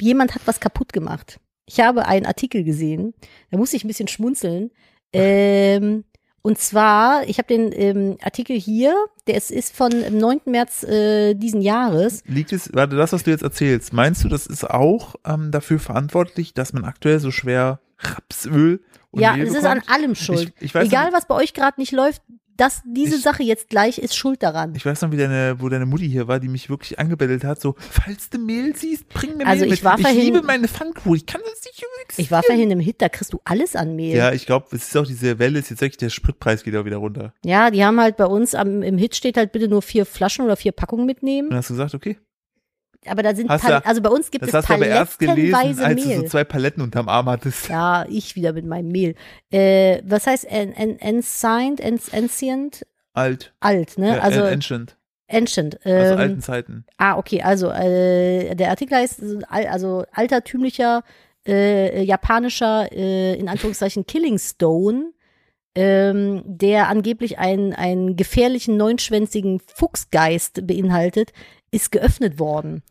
B: jemand hat was kaputt gemacht. Ich habe einen Artikel gesehen, da muss ich ein bisschen schmunzeln. Ähm, und zwar, ich habe den ähm, Artikel hier, der ist, ist von am 9. März äh, diesen Jahres.
A: Liegt es, warte, das, was du jetzt erzählst, meinst du, das ist auch ähm, dafür verantwortlich, dass man aktuell so schwer Rapsöl und
B: ja,
A: Mehl
B: es ist an
A: bekommt?
B: allem schuld.
A: Ich, ich weiß
B: Egal,
A: Noch,
B: was bei euch gerade nicht läuft, das, diese
A: Ich-
B: Sache jetzt gleich ist schuld daran.
A: ich weiß noch, wie deine, wo deine Mutti hier war, die mich wirklich angebettelt hat, so, falls du Mehl siehst, bring mir
B: Also
A: Mehl
B: ich
A: mit.
B: war
A: ich
B: vorhin-
A: liebe meine Pfannkuchen, ich kann das nicht übrigens.
B: Ich war vorhin im Hit, da kriegst du alles an Mehl.
A: Ja, ich glaube, es ist auch diese Welle, ist jetzt wirklich, der Spritpreis geht auch wieder runter.
B: Ja, die haben halt bei uns am, im Hit steht halt bitte nur vier Flaschen oder vier Packungen
A: Und
B: mitnehmen.
A: dann hast du gesagt, okay.
B: Aber da sind
A: Hast
B: Pal
A: du-
B: also bei uns gibt
A: Das
B: es
A: hast du aber erst gelesen,
B: palettenweise
A: als
B: Mehl.
A: du so zwei Paletten unterm Arm hattest.
B: ja, ich wieder mit meinem Mehl. Äh, was heißt en en ancient, en ancient?
A: Alt.
B: Alt, ne?
A: Ja,
B: also
A: äh, ancient.
B: ancient. Ähm,
A: Also alten Zeiten.
B: Ah, okay, also äh, der Artikel heißt äh, al- also altertümlicher äh, japanischer äh, in Anführungszeichen Killing Stone, ähm, der angeblich einen, einen gefährlichen neunschwänzigen Fuchsgeist beinhaltet, ist geöffnet worden.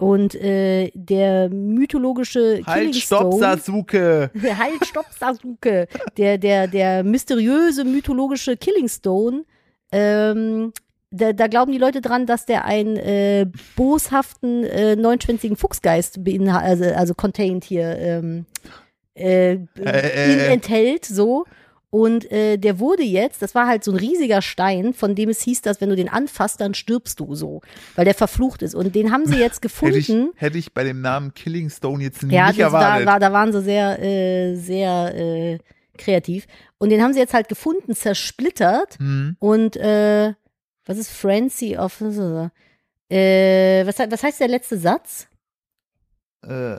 B: Und äh, der mythologische Killing
A: Halt, stopp,
B: Stone
A: Sasuke.
B: halt, stopp, Sasuke. Der, der, der mysteriöse, mythologische Killing Stone. Ähm, da, da glauben die Leute dran, dass der einen äh, boshaften, äh, neunschwänzigen Fuchsgeist beinhaltet, also, also contained hier ähm, äh,
A: äh,
B: ihn
A: äh.
B: enthält, so. Und äh, der wurde jetzt, das war halt so ein riesiger Stein, von dem es hieß, dass wenn du den anfasst, dann stirbst du so, weil der verflucht ist. Und den haben sie jetzt
A: Hätte ich,
B: gefunden.
A: hätte ich bei dem Namen Killing Stone jetzt nicht
B: Ja, das, da,
A: erwartet.
B: war, da waren sie sehr, äh, sehr äh, kreativ. Und den haben sie jetzt halt gefunden, zersplittert.
A: hm.
B: Und äh, was ist Frenzy of. Äh, was, he- was heißt der letzte Satz?
A: äh,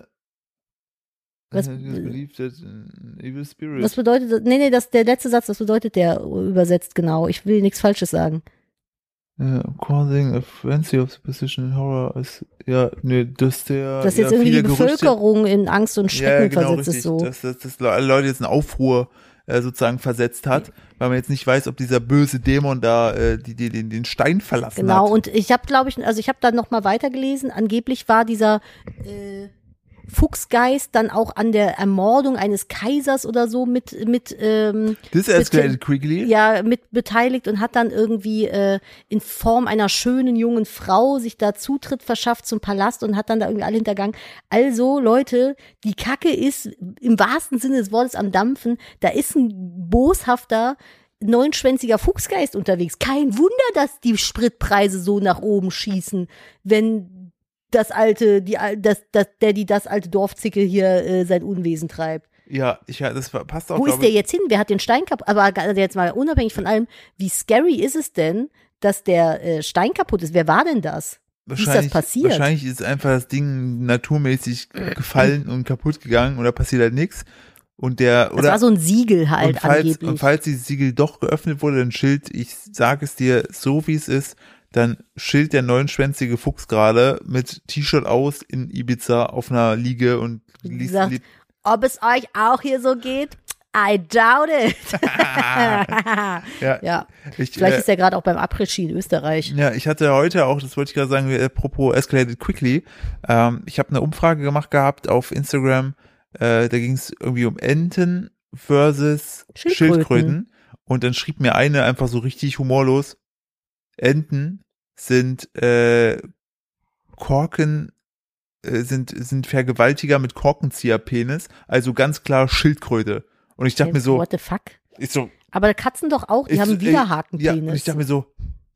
B: Was-
A: I just believe that an evil spirit.
B: Was bedeutet das? Nee, nee, das, der letzte Satz, was bedeutet der übersetzt genau? Ich will nichts Falsches sagen.
A: äh, causing a frenzy of superstition and horror is, ja, nee, dass der,
B: Dass
A: ja,
B: jetzt irgendwie die
A: viele Gerüchte-
B: Bevölkerung in Angst und Schrecken
A: ja, genau,
B: versetzt
A: richtig,
B: ist so.
A: dass, dass, dass alle Leute jetzt einen Aufruhr äh, sozusagen versetzt hat, weil man jetzt nicht weiß, ob dieser böse Dämon da äh, die, die, den, den Stein verlassen
B: Genau,
A: hat.
B: und ich habe, glaube ich, also ich habe dann nochmal weitergelesen, angeblich war dieser äh, Fuchsgeist dann auch an der Ermordung eines Kaisers oder so mit, mit, ähm,
A: This escalated quickly.
B: ja, mit beteiligt und hat dann irgendwie äh, in Form einer schönen jungen Frau sich da Zutritt verschafft zum Palast und hat dann da irgendwie alle hintergangen. Also, Leute, die Kacke ist im wahrsten Sinne des Wortes am Dampfen. Da ist ein boshafter neunschwänziger Fuchsgeist unterwegs. Kein Wunder, dass die Spritpreise so nach oben schießen, wenn das alte, die, al- das, das, der, die das alte Dorfzicke hier äh, sein Unwesen treibt.
A: Ja, ich, ja, das passt auch.
B: Wo ist
A: glaube
B: der
A: ich.
B: jetzt hin? Wer hat den Stein kaputt? Aber ga- also jetzt mal unabhängig von allem, wie scary ist es denn, dass der äh, Stein kaputt ist? Wer war denn das? ist das
A: Wahrscheinlich-
B: passiert?
A: Wahrscheinlich ist einfach das Ding naturmäßig gefallen und kaputt gegangen oder passiert halt nichts. Und der,
B: Das
A: oder,
B: war so ein Siegel halt
A: und falls,
B: angeblich.
A: und falls dieses Siegel doch geöffnet wurde, dann schild, ich sage es dir so wie es ist, dann schild der neunschwänzige Fuchs gerade mit T-Shirt aus in Ibiza auf einer Liege und liest,
B: Sagt,
A: liest
B: Ob es euch auch hier so geht? I doubt it.
A: ja,
B: ja,
A: ich,
B: vielleicht
A: äh,
B: ist er gerade auch beim Après-Ski in Österreich.
A: Ja, ich hatte heute auch, das wollte ich gerade sagen, äh, apropos Escalated Quickly, ähm, ich habe eine Umfrage gemacht gehabt auf Instagram, äh, da ging es irgendwie um Enten versus
B: Schildkröten.
A: Schildkröten. Und dann schrieb mir eine einfach so richtig humorlos, Enten sind äh, Korken, äh, sind, sind Vergewaltiger mit Korkenzieherpenis, also ganz klar Schildkröte. Und ich dachte mir so,
B: What the fuck?
A: ich so,
B: Aber Katzen doch auch, die
A: ich,
B: haben
A: äh,
B: einen
A: Ja,
B: Widerhakenpenis.
A: und ich dachte mir so,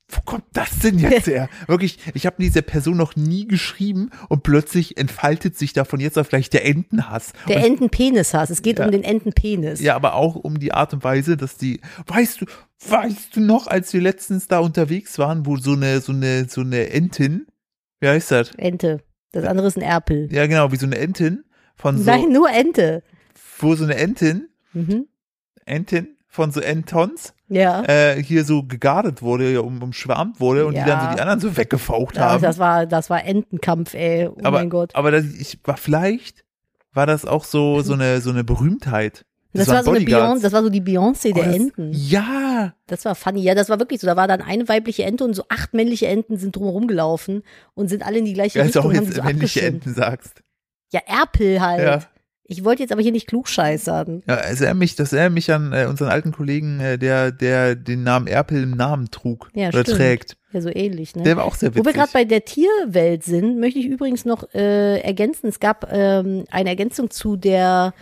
A: wo kommt das denn jetzt her? Wirklich, ich habe dieser Person noch nie geschrieben und plötzlich entfaltet sich da von jetzt auf gleich der Entenhass.
B: der
A: und,
B: Entenpenishass. Es geht
A: Ja.
B: um den Entenpenis.
A: ja, aber auch um die Art und Weise, dass die, weißt du, weißt du noch, als wir letztens da unterwegs waren, wo so eine, so eine, so eine Entin, wie heißt das?
B: Ente. Das andere ist ein Erpel.
A: Ja, genau, wie so eine Entin von so,
B: Nein, nur Ente.
A: wo so eine Entin,
B: Mhm.
A: Entin von so Entons
B: Ja.
A: äh, hier so gegardet wurde, um, umschwärmt wurde und
B: Ja.
A: die dann so die anderen so weggefaucht
B: Ja,
A: haben.
B: das war, das war Entenkampf, ey. Oh
A: aber,
B: mein Gott.
A: Aber das, ich war vielleicht war das auch so so eine so eine Berühmtheit.
B: Das, war so eine Beyoncé,
A: Bodyguards.
B: das war so die Beyoncé der
A: Oh, das-
B: Enten.
A: Ja,
B: Das war funny. Ja, das war wirklich so. Da war dann eine weibliche Ente und so acht männliche Enten sind drumherum gelaufen und sind alle in die gleiche
A: ja, als du
B: Richtung.
A: auch
B: und haben die
A: jetzt
B: so
A: männliche
B: abgeschirmt.
A: Enten sagst.
B: Ja, Erpel halt.
A: Ja.
B: Ich wollte jetzt aber hier nicht klugscheißern.
A: Ja, es erinnert mich, das erinnert mich an äh, unseren alten Kollegen, äh, der der den Namen Erpel im Namen trug
B: Ja,
A: oder
B: stimmt.
A: trägt.
B: Ja, so ähnlich, ne?
A: Der war auch sehr witzig.
B: Wo wir gerade bei der Tierwelt sind, möchte ich übrigens noch äh, ergänzen. Es gab ähm, eine Ergänzung zu der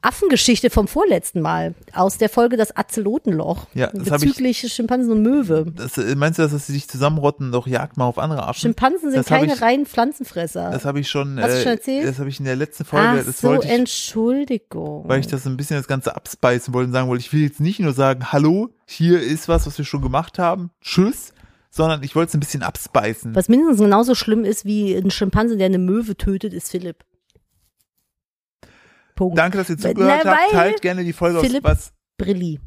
B: Affengeschichte vom vorletzten Mal aus der Folge Das Azelotenloch
A: Ja, das hab ich-
B: bezüglich Schimpansen und Möwe.
A: das, äh, meinst du, dass sie sich zusammenrotten, doch jagt mal auf andere Affen?
B: Schimpansen sind
A: das hab
B: keine
A: ich-
B: reinen Pflanzenfresser.
A: Das habe ich schon.
B: Hast du
A: äh,
B: schon erzählt?
A: Das habe ich in der letzten Folge.
B: Ach
A: das
B: so,
A: wollte ich,
B: Entschuldigung.
A: weil ich das ein bisschen das Ganze abspeisen wollte und sagen wollte, ich will jetzt nicht nur sagen, hallo, hier ist was, was wir schon gemacht haben, tschüss, sondern ich wollte es ein bisschen abspeisen.
B: Was mindestens genauso schlimm ist wie ein Schimpanse, der eine Möwe tötet, ist Philipp. Punkt.
A: Danke, dass ihr
B: Na,
A: zugehört habt.
B: weil-
A: Teilt gerne die Folge
B: Philipp-
A: aus
B: Brilli.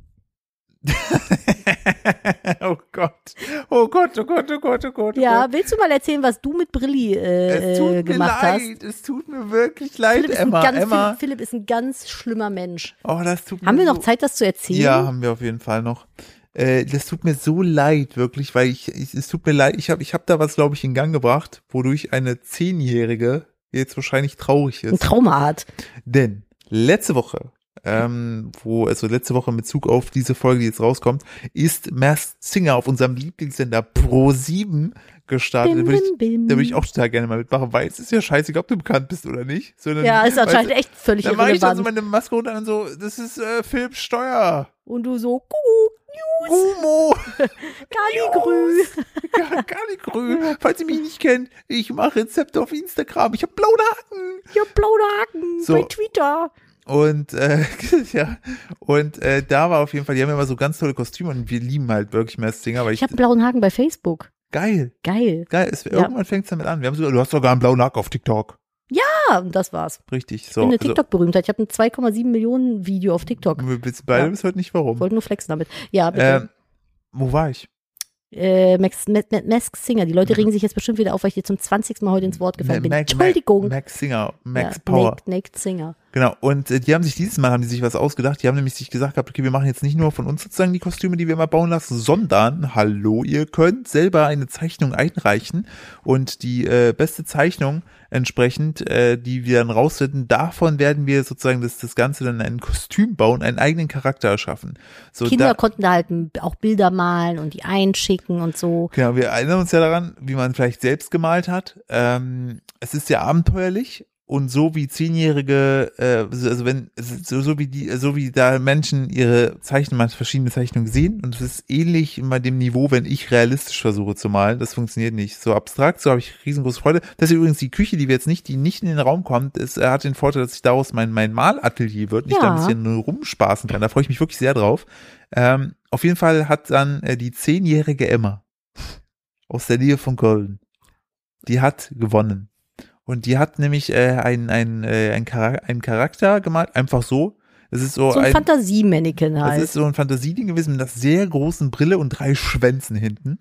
A: was. oh Gott. Oh Gott, oh Gott, oh Gott, oh Gott.
B: Ja,
A: oh Gott.
B: willst du mal erzählen, was du mit Brilli
A: es
B: äh,
A: tut
B: äh,
A: mir
B: gemacht hast?
A: leid. Es tut mir wirklich leid,
B: Philipp ist,
A: Emma.
B: ein ganz,
A: Emma.
B: Philipp, Philipp ist ein ganz schlimmer Mensch.
A: Oh, das tut
B: Haben
A: mir
B: wir
A: so
B: noch Zeit, das zu erzählen?
A: Ja, haben wir auf jeden Fall noch. Äh, das tut mir so leid, wirklich, weil ich, ich es tut mir leid, ich habe ich hab da was, glaube ich, in Gang gebracht, wodurch eine Zehnjährige jetzt wahrscheinlich traurig
B: Ein
A: ist.
B: Trauma hat.
A: Denn letzte Woche, ähm, wo, also letzte Woche in Bezug auf diese Folge, die jetzt rauskommt, ist Masked Singer auf unserem Lieblingssender Pro7 gestartet. Da
B: Bim,
A: würde ich,
B: bim, bim.
A: da würd ich auch total gerne mal mitmachen, weil es ist ja scheißegal, ob du bekannt bist oder nicht. sondern-
B: Ja, ist
A: weißt du,
B: anscheinend echt völlig
A: Da mache ich dann so
B: irrelevant.
A: meine Maske runter und so, das ist äh, Philipp Steuer.
B: Und du so, Kuckuck,
A: Gummo.
B: Kaligrü.
A: Gar, gar nicht grün. Falls ihr mich nicht kennt, ich mache Rezepte auf Instagram. Ich habe blaue Haken.
B: Ich hab blaue Haken
A: So.
B: bei Twitter.
A: Und äh, ja, und äh, da war auf jeden Fall, die haben immer so ganz tolle Kostüme und wir lieben halt wirklich Masked Singer, weil ich,
B: Ich hab einen blauen Haken bei Facebook.
A: geil,
B: Geil.
A: geil, es,
B: Ja.
A: irgendwann fängt es damit an. Wir haben sogar, du hast sogar einen blauen Haken auf TikTok.
B: Ah, und das war's.
A: Richtig,
B: Ich
A: so.
B: bin eine
A: also,
B: TikTok-Berühmtheit. Ich habe ein 2,7 Millionen Video auf TikTok.
A: wir wissen beide
B: Ja.
A: bis heute nicht warum.
B: Wollte nur flexen damit. Ja, bitte.
A: Ähm, wo war ich?
B: äh, Max, Ma- Ma- Mask Singer. Die Leute regen sich jetzt bestimmt wieder auf, weil ich dir zum 20. Mal heute ins Wort gefallen bin.
A: Mhm. Ma- Ma-
B: Entschuldigung.
A: Max Singer, Max
B: ja,
A: Power.
B: Naked, Naked Singer.
A: Genau, und äh, die haben sich dieses Mal haben die sich was ausgedacht. Die haben nämlich sich gesagt gehabt, okay, wir machen jetzt nicht nur von uns sozusagen die Kostüme, die wir immer bauen lassen, sondern, hallo, ihr könnt selber eine Zeichnung einreichen und die äh, beste Zeichnung entsprechend, äh, die wir dann rausfinden, davon werden wir sozusagen das, das Ganze dann ein Kostüm bauen, einen eigenen Charakter erschaffen. So,
B: Kinder
A: da-
B: konnten da halt m- auch Bilder malen und die einschicken und so.
A: Genau, wir erinnern uns ja daran, wie man vielleicht selbst gemalt hat. Ähm, es ist ja abenteuerlich und so wie zehnjährige, äh, so- also wenn so, so wie die, so wie da Menschen ihre Zeichen, manche verschiedene Zeichnungen sehen und es ist ähnlich immer dem Niveau, wenn ich realistisch versuche zu malen, das funktioniert nicht. So abstrakt, so habe ich riesengroße Freude. Das ist übrigens die Küche, die wir jetzt nicht, die nicht in den Raum kommt, ist, äh, hat den Vorteil, dass ich daraus mein mein Malatelier wird, nicht da
B: Ja.
A: ein bisschen nur rumspaßen kann. Da freue ich mich wirklich sehr drauf. Ähm, auf jeden Fall hat dann äh, die zehnjährige Emma aus der Nähe von Köln, die hat gewonnen. Und die hat nämlich äh, einen ein, äh, ein Chara- einen Charakter gemalt, einfach so. Das ist so,
B: So ein
A: Oh, ein,
B: Fantasie-Mannequin
A: das
B: halt.
A: ist so ein Fantasieding gewesen mit einer sehr großen Brille und drei Schwänzen hinten.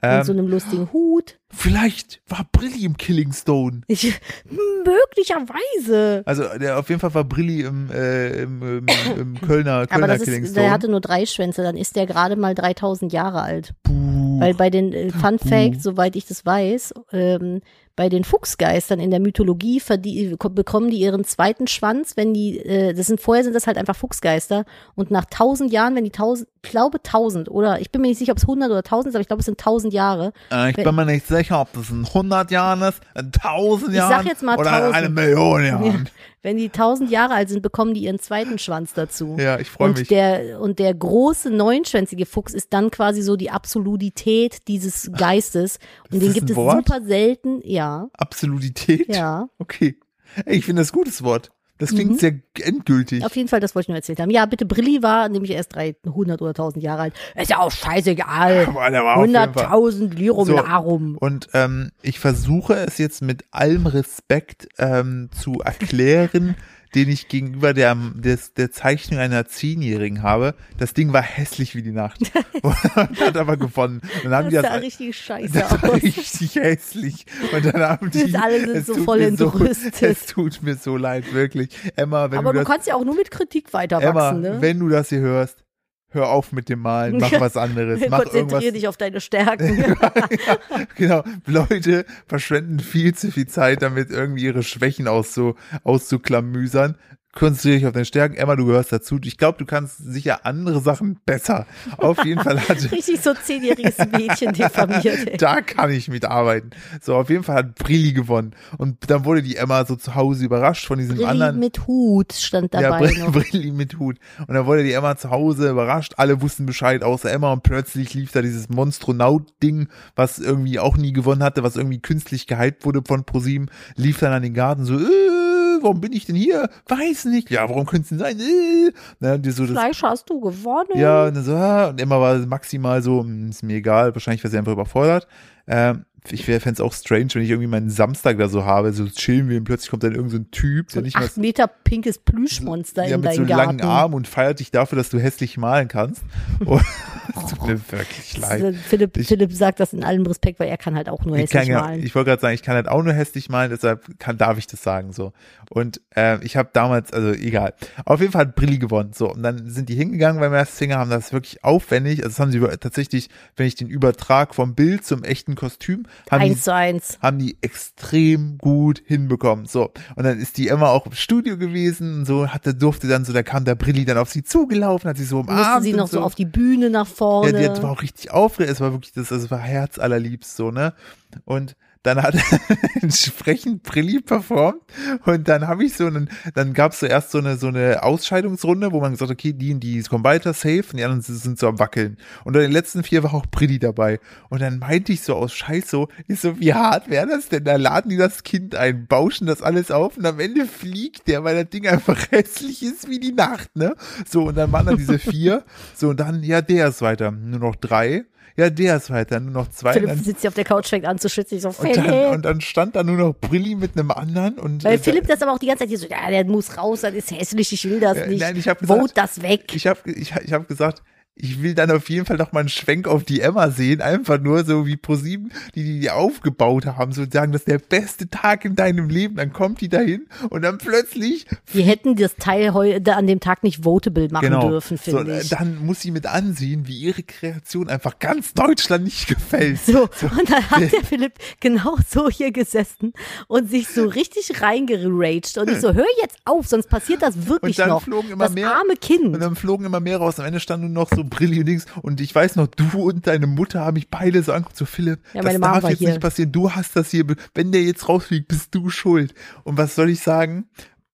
A: Ähm,
B: mit so einem lustigen Hut.
A: vielleicht war Brilli im Killing Stone.
B: Ich, möglicherweise.
A: Also der, auf jeden Fall war Brilli im, äh, im, im, im Kölner, Kölner
B: Aber das
A: Killing
B: ist,
A: Stone.
B: der hatte nur drei Schwänze, dann ist der gerade mal 3000 Jahre alt.
A: Puh.
B: Weil bei den äh, Fun
A: Puh.
B: Facts, soweit ich das weiß, ähm, bei den Fuchsgeistern in der Mythologie verdie- ko- bekommen die ihren zweiten Schwanz, wenn die, äh, das sind vorher sind das halt einfach Fuchsgeister und nach tausend Jahren, wenn die tausend, ich glaube tausend oder ich bin mir nicht sicher, ob es hundert oder tausend ist, aber ich glaube es sind tausend Jahre.
A: Äh, ich bin mir nicht sicher, ob das in 100 Jahren ist, in 1000
B: Ich sag
A: Jahren
B: jetzt mal
A: oder
B: 1000.
A: in eine Million Jahren.
B: Wenn die tausend Jahre alt sind, bekommen die ihren zweiten Schwanz dazu.
A: Ja, ich freue
B: und
A: mich.
B: Der, und der große neunschwänzige Fuchs ist dann quasi so die Absolutität dieses Geistes. Und
A: Ist
B: den
A: das
B: gibt
A: ein
B: es
A: Wort?
B: super selten. Ja,
A: Absolutität.
B: ja. Mhm.
A: Okay. Ey, ich finde das ein gutes Wort. Das klingt sehr endgültig.
B: Auf jeden Fall, das wollte ich nur erzählt haben. Ja, bitte, Brilli war nämlich erst 300 oder 1000 Jahre alt. Ist ja auch scheißegal.
A: Aber der war auf jeden Fall-
B: 100.000 Lirum
A: So.
B: Larum.
A: Und ähm, ich versuche es jetzt mit allem Respekt ähm, zu erklären, den ich gegenüber der, des, der Zeichnung einer Zehnjährigen habe. Das Ding war hässlich wie die Nacht. Und hat aber gewonnen. Dann haben
B: Das
A: die
B: sah
A: das,
B: richtig scheiße
A: das war
B: aus.
A: richtig hässlich. Und dann haben die.
B: Jetzt alle sind
A: es
B: so
A: tut
B: voll
A: mir
B: entrüstet.
A: So, es tut mir so leid, wirklich. Emma, wenn
B: Aber
A: du
B: du
A: das
B: kannst ja auch nur mit Kritik
A: Emma,
B: weiterwachsen, ne?
A: wenn du das hier hörst, hör auf mit dem Malen, mach was anderes, mach irgendwas.
B: Konzentriere dich auf deine Stärken.
A: Genau, Leute verschwenden viel zu viel Zeit damit, irgendwie ihre Schwächen auszu, auszuklamüsern. Konzentriere dich auf deine Stärken. Emma, du gehörst dazu. Ich glaube, du kannst sicher andere Sachen besser. Auf jeden Fall hatte,
B: richtig so zehnjähriges Mädchen diffamiert, ey.
A: da kann ich mitarbeiten. So, auf jeden Fall hat Brilli gewonnen. Und dann wurde die Emma so zu Hause überrascht von diesem
B: Brilli
A: anderen.
B: mit Hut stand
A: Ja,
B: dabei
A: Br
B: noch.
A: Brilli mit Hut. Und dann wurde die Emma zu Hause überrascht. Alle wussten Bescheid, außer Emma. Und plötzlich lief da dieses Monstronaut-Ding, was irgendwie auch nie gewonnen hatte, was irgendwie künstlich gehypt wurde von ProSieben, lief dann an den Garten so, äh, warum bin ich denn hier? Weiß nicht. Ja, warum könnte es denn sein? Äh. Na, die so das,
B: Fleisch hast du gewonnen.
A: ja, und dann so, ah, und Emma war maximal so, "Hm, ist mir egal. Wahrscheinlich war sie einfach überfordert. Ähm, ich fände es auch strange, wenn ich irgendwie meinen Samstag da so habe, so chillen wir und plötzlich kommt dann irgendein so ein Typ,
B: so
A: der
B: ein
A: nicht mal
B: acht Meter pinkes Plüschmonster
A: ja,
B: in
A: mit
B: deinen
A: so langen
B: Garten.
A: Armen und feiert dich dafür, dass du hässlich malen kannst. Und es tut mir wirklich leid.
B: Also Philipp,
A: Ich-
B: Philipp sagt das in allem Respekt, weil er kann halt auch nur
A: Ich, kann,
B: hässlich
A: ja-
B: malen.
A: ich wollte gerade sagen, ich kann halt auch nur hässlich malen, deshalb kann, darf ich das sagen so. Und äh, ich habe damals, also egal, auf jeden Fall hat Brilli gewonnen. So, und dann sind die hingegangen beim ersten Singer, haben das wirklich aufwendig, also das haben sie über- tatsächlich, wenn ich den übertrag vom Bild zum echten Kostüm, haben die
B: eins zu eins.
A: haben die extrem gut hinbekommen. So. Und dann ist die Emma auch im Studio gewesen und so, hatte, durfte dann so, da kam der Brilli dann auf sie zugelaufen, hat sie so
B: Mussten
A: umarmt.
B: sie
A: und
B: noch so auf die Bühne nach
A: ja,
B: vorne.
A: die hat, war auch richtig aufgeregt. Es war wirklich, das, das war herzallerliebst so, ne? Und dann hat entsprechend Brilli performt und dann habe ich so einen, dann gab es zuerst so eine so eine Ausscheidungsrunde, wo man gesagt hat, okay, die und die kommen weiter safe und die anderen sind- sind so am Wackeln. Und in den letzten vier war auch Brilli dabei. Und dann meinte ich so aus Scheiß so, ich so, wie hart wäre das denn? Da laden die das Kind ein, bauschen das alles auf und am Ende fliegt der, weil das Ding einfach hässlich ist wie die Nacht, ne? So, und dann waren dann diese vier. So, und dann, ja, der ist weiter. Nur noch drei. Ja, der ist weiter. Nur noch zwei. Und
B: Philipp
A: dann,
B: sitzt hier auf der Couch, fängt an zu schwitzen. Ich so,
A: und dann, und
B: Philipp.
A: dann stand da nur noch Brilli mit einem anderen. Und äh,
B: Weil
A: und-
B: Philipp das aber auch die ganze Zeit hier so, ja, der muss raus, das ist hässlich, ich will das
A: Ja,
B: nicht.
A: nein, ich hab gesagt-
B: Vote das weg.
A: ich habe ich, ich hab gesagt, ich will dann auf jeden Fall noch mal einen Schwenk auf die Emma sehen, einfach nur so wie ProSieben, die die, die aufgebaut haben, so sagen, das ist der beste Tag in deinem Leben, dann kommt die dahin und dann plötzlich
B: Wir hätten das Teil heute an dem Tag nicht votable machen dürfen, finde
A: Genau. so, äh,
B: ich.
A: dann muss sie mit ansehen, wie ihre Kreation einfach ganz Deutschland nicht gefällt.
B: So, und dann hat der Philipp genau so hier gesessen und sich so richtig reingeraged und ich so, hör jetzt auf, sonst passiert das
A: Und
B: wirklich
A: dann
B: noch.
A: flogen immer
B: das
A: mehr-
B: arme
A: Und
B: Kind.
A: dann flogen immer mehr raus. Am Ende stand nur noch so Brilli und Dings. Und ich weiß noch, du und deine Mutter haben mich beide so angeguckt, so Philipp,
B: Ja,
A: das
B: meine Mama
A: darf
B: war
A: jetzt
B: hier.
A: nicht passieren. Du hast das hier, be- wenn der jetzt rausfliegt, bist du schuld. Und was soll ich sagen?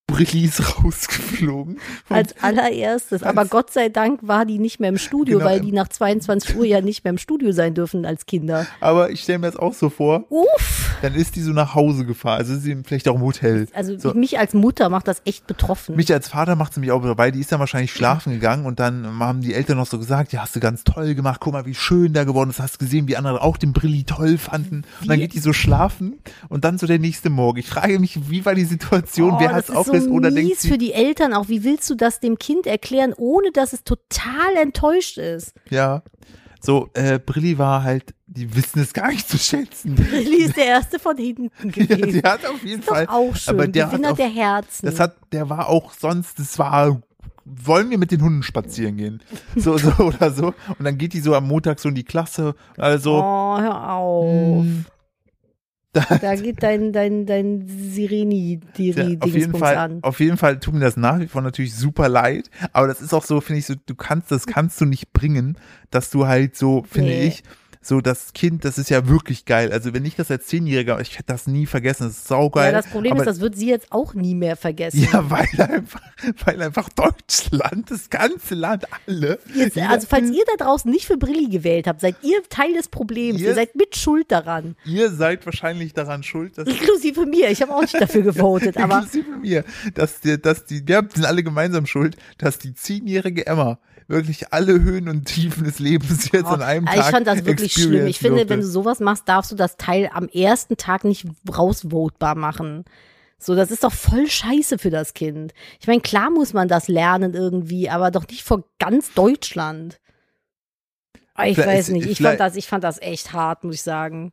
A: Brilli ist rausgeflogen.
B: Als allererstes. Aber
A: Als-
B: Gott sei Dank war die nicht mehr im Studio,
A: Genau,
B: weil
A: im-
B: die nach 22 Uhr ja nicht mehr im Studio sein dürfen als Kinder.
A: Aber ich stelle mir das auch so vor,
B: Uff!
A: dann ist die so nach Hause gefahren. Also ist sie vielleicht auch im Hotel.
B: Also
A: so.
B: mich als Mutter macht das echt betroffen.
A: Mich als Vater macht sie mich auch, weil die ist dann wahrscheinlich schlafen gegangen und dann haben die Eltern noch so gesagt, ja, hast du ganz toll gemacht, guck mal, wie schön da geworden ist, hast gesehen, wie andere auch den Brilli toll fanden. Und dann
B: Wie-
A: geht die so schlafen und dann so der nächste Morgen. Ich frage mich, wie war die Situation,
B: Oh,
A: wer hat
B: das
A: es
B: ist so
A: aufgelöst oder denkt
B: mies für
A: sie,
B: die Eltern auch. Wie willst du das dem Kind erklären, ohne dass es total enttäuscht ist?
A: ja. So, äh, Brilli war halt, die wissen es gar nicht zu schätzen.
B: Lilly ist der Erste von hinten
A: Ja,
B: gewesen.
A: die hat auf jeden
B: ist doch
A: Fall,
B: auch schön.
A: aber der hat
B: Gewinner
A: auf-
B: der Herzen.
A: das hat, der war auch sonst, das war, wollen wir mit den Hunden spazieren gehen? So, so oder so. Und dann geht die so am Montag so in die Klasse, also.
B: oh, hör auf.
A: Hm. Da-
B: Da geht dein, dein, dein sireni
A: Ja,
B: diri
A: auf jeden
B: dingsbums
A: Fall,
B: an.
A: auf jeden Fall tut mir das nach wie vor natürlich super leid, aber das ist auch so, finde ich, so, du kannst, das kannst du nicht bringen, dass du halt so, finde
B: Nee.
A: ich, so das Kind, das ist ja wirklich geil. Also wenn ich das als Zehnjähriger, ich hätte das nie vergessen, das ist saugeil.
B: Ja, das Problem
A: aber,
B: ist, das wird sie jetzt auch nie mehr vergessen.
A: ja, weil einfach, weil einfach Deutschland, das ganze Land, alle.
B: Jetzt,
A: jeder-
B: also falls ihr da draußen nicht für Brilli gewählt habt, seid ihr Teil des Problems.
A: Ihr-
B: Ihr seid mit Schuld daran.
A: ihr seid wahrscheinlich daran schuld, dass
B: Inklusive mir. Ich habe auch nicht dafür gevotet. Aber
A: inklusive mir, dass die, dass die, wir sind alle gemeinsam schuld, dass die zehnjährige Emma wirklich alle Höhen und Tiefen des Lebens jetzt an einem Tag
B: Oh, Ah, also ich fand das wirklich schlimm. Ich
A: experience
B: finde,
A: durfte.
B: wenn du sowas machst, darfst du das Teil am ersten Tag nicht rausvotbar machen. So, das ist doch voll scheiße für das Kind. Ich meine, klar muss man das lernen irgendwie, aber doch nicht vor ganz Deutschland. Ah, Ich
A: Vielleicht-
B: weiß nicht. Ich
A: vielleicht-
B: fand, das, ich fand das echt hart, muss ich sagen.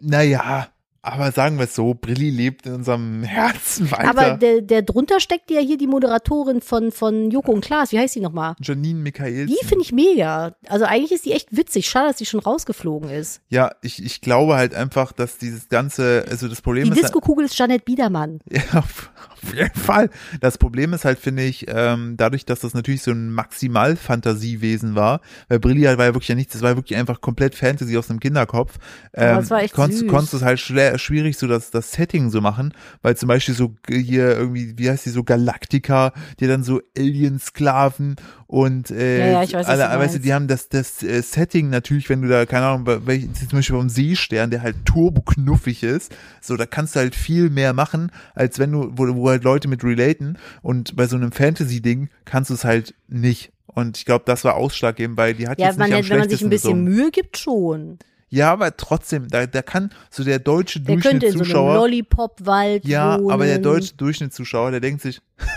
A: Naja, aber sagen wir es so, Brilli lebt in unserem Herzen weiter.
B: Aber der, der drunter steckt ja hier die Moderatorin von, von Joko und Klaas. Wie heißt die nochmal?
A: Janine Michael.
B: Die finde ich mega. Also eigentlich ist die echt witzig. Schade, dass die schon rausgeflogen ist.
A: Ja, ich, ich glaube halt einfach, dass dieses ganze, also das Problem
B: Die
A: ist.
B: Disco-Kugel ist Janet Biedermann.
A: Ja, auf, auf jeden Fall. Das Problem ist halt, finde ich, ähm, dadurch, dass das natürlich so ein Maximal-Fantasiewesen war, weil Brilli halt war ja wirklich ja nichts, das war ja wirklich einfach komplett Fantasy aus einem Kinderkopf. Ähm,
B: das war echt
A: konntest,
B: süß.
A: konntest es halt schle- schwierig so das, das Setting so machen, weil zum Beispiel so g- hier irgendwie, wie heißt die, so Galaktika, die dann so Alien-Sklaven und äh,
B: Ja, ja, ich weiß, was
A: alle,
B: du
A: weißt du,
B: meinst.
A: die haben das, das äh, Setting natürlich, wenn du da, keine Ahnung, bei- welch- zum Beispiel beim Seestern, der halt turboknuffig ist, so, da kannst du halt viel mehr machen, als wenn du, wo, wo halt Leute mit relaten und bei so einem Fantasy-Ding kannst du es halt nicht. Und ich glaube, das war ausschlaggebend, weil die hat
B: Ja,
A: jetzt
B: man,
A: nicht am
B: wenn man sich
A: schlechtesten
B: ein
A: gesungen.
B: bisschen Mühe gibt, schon.
A: Ja, aber trotzdem, da, da kann so der deutsche
B: Der könnte in so einem
A: Durchschnittszuschauer.
B: Lollipop-Wald
A: ja,
B: wohnen.
A: aber der deutsche Durchschnittszuschauer, der denkt sich,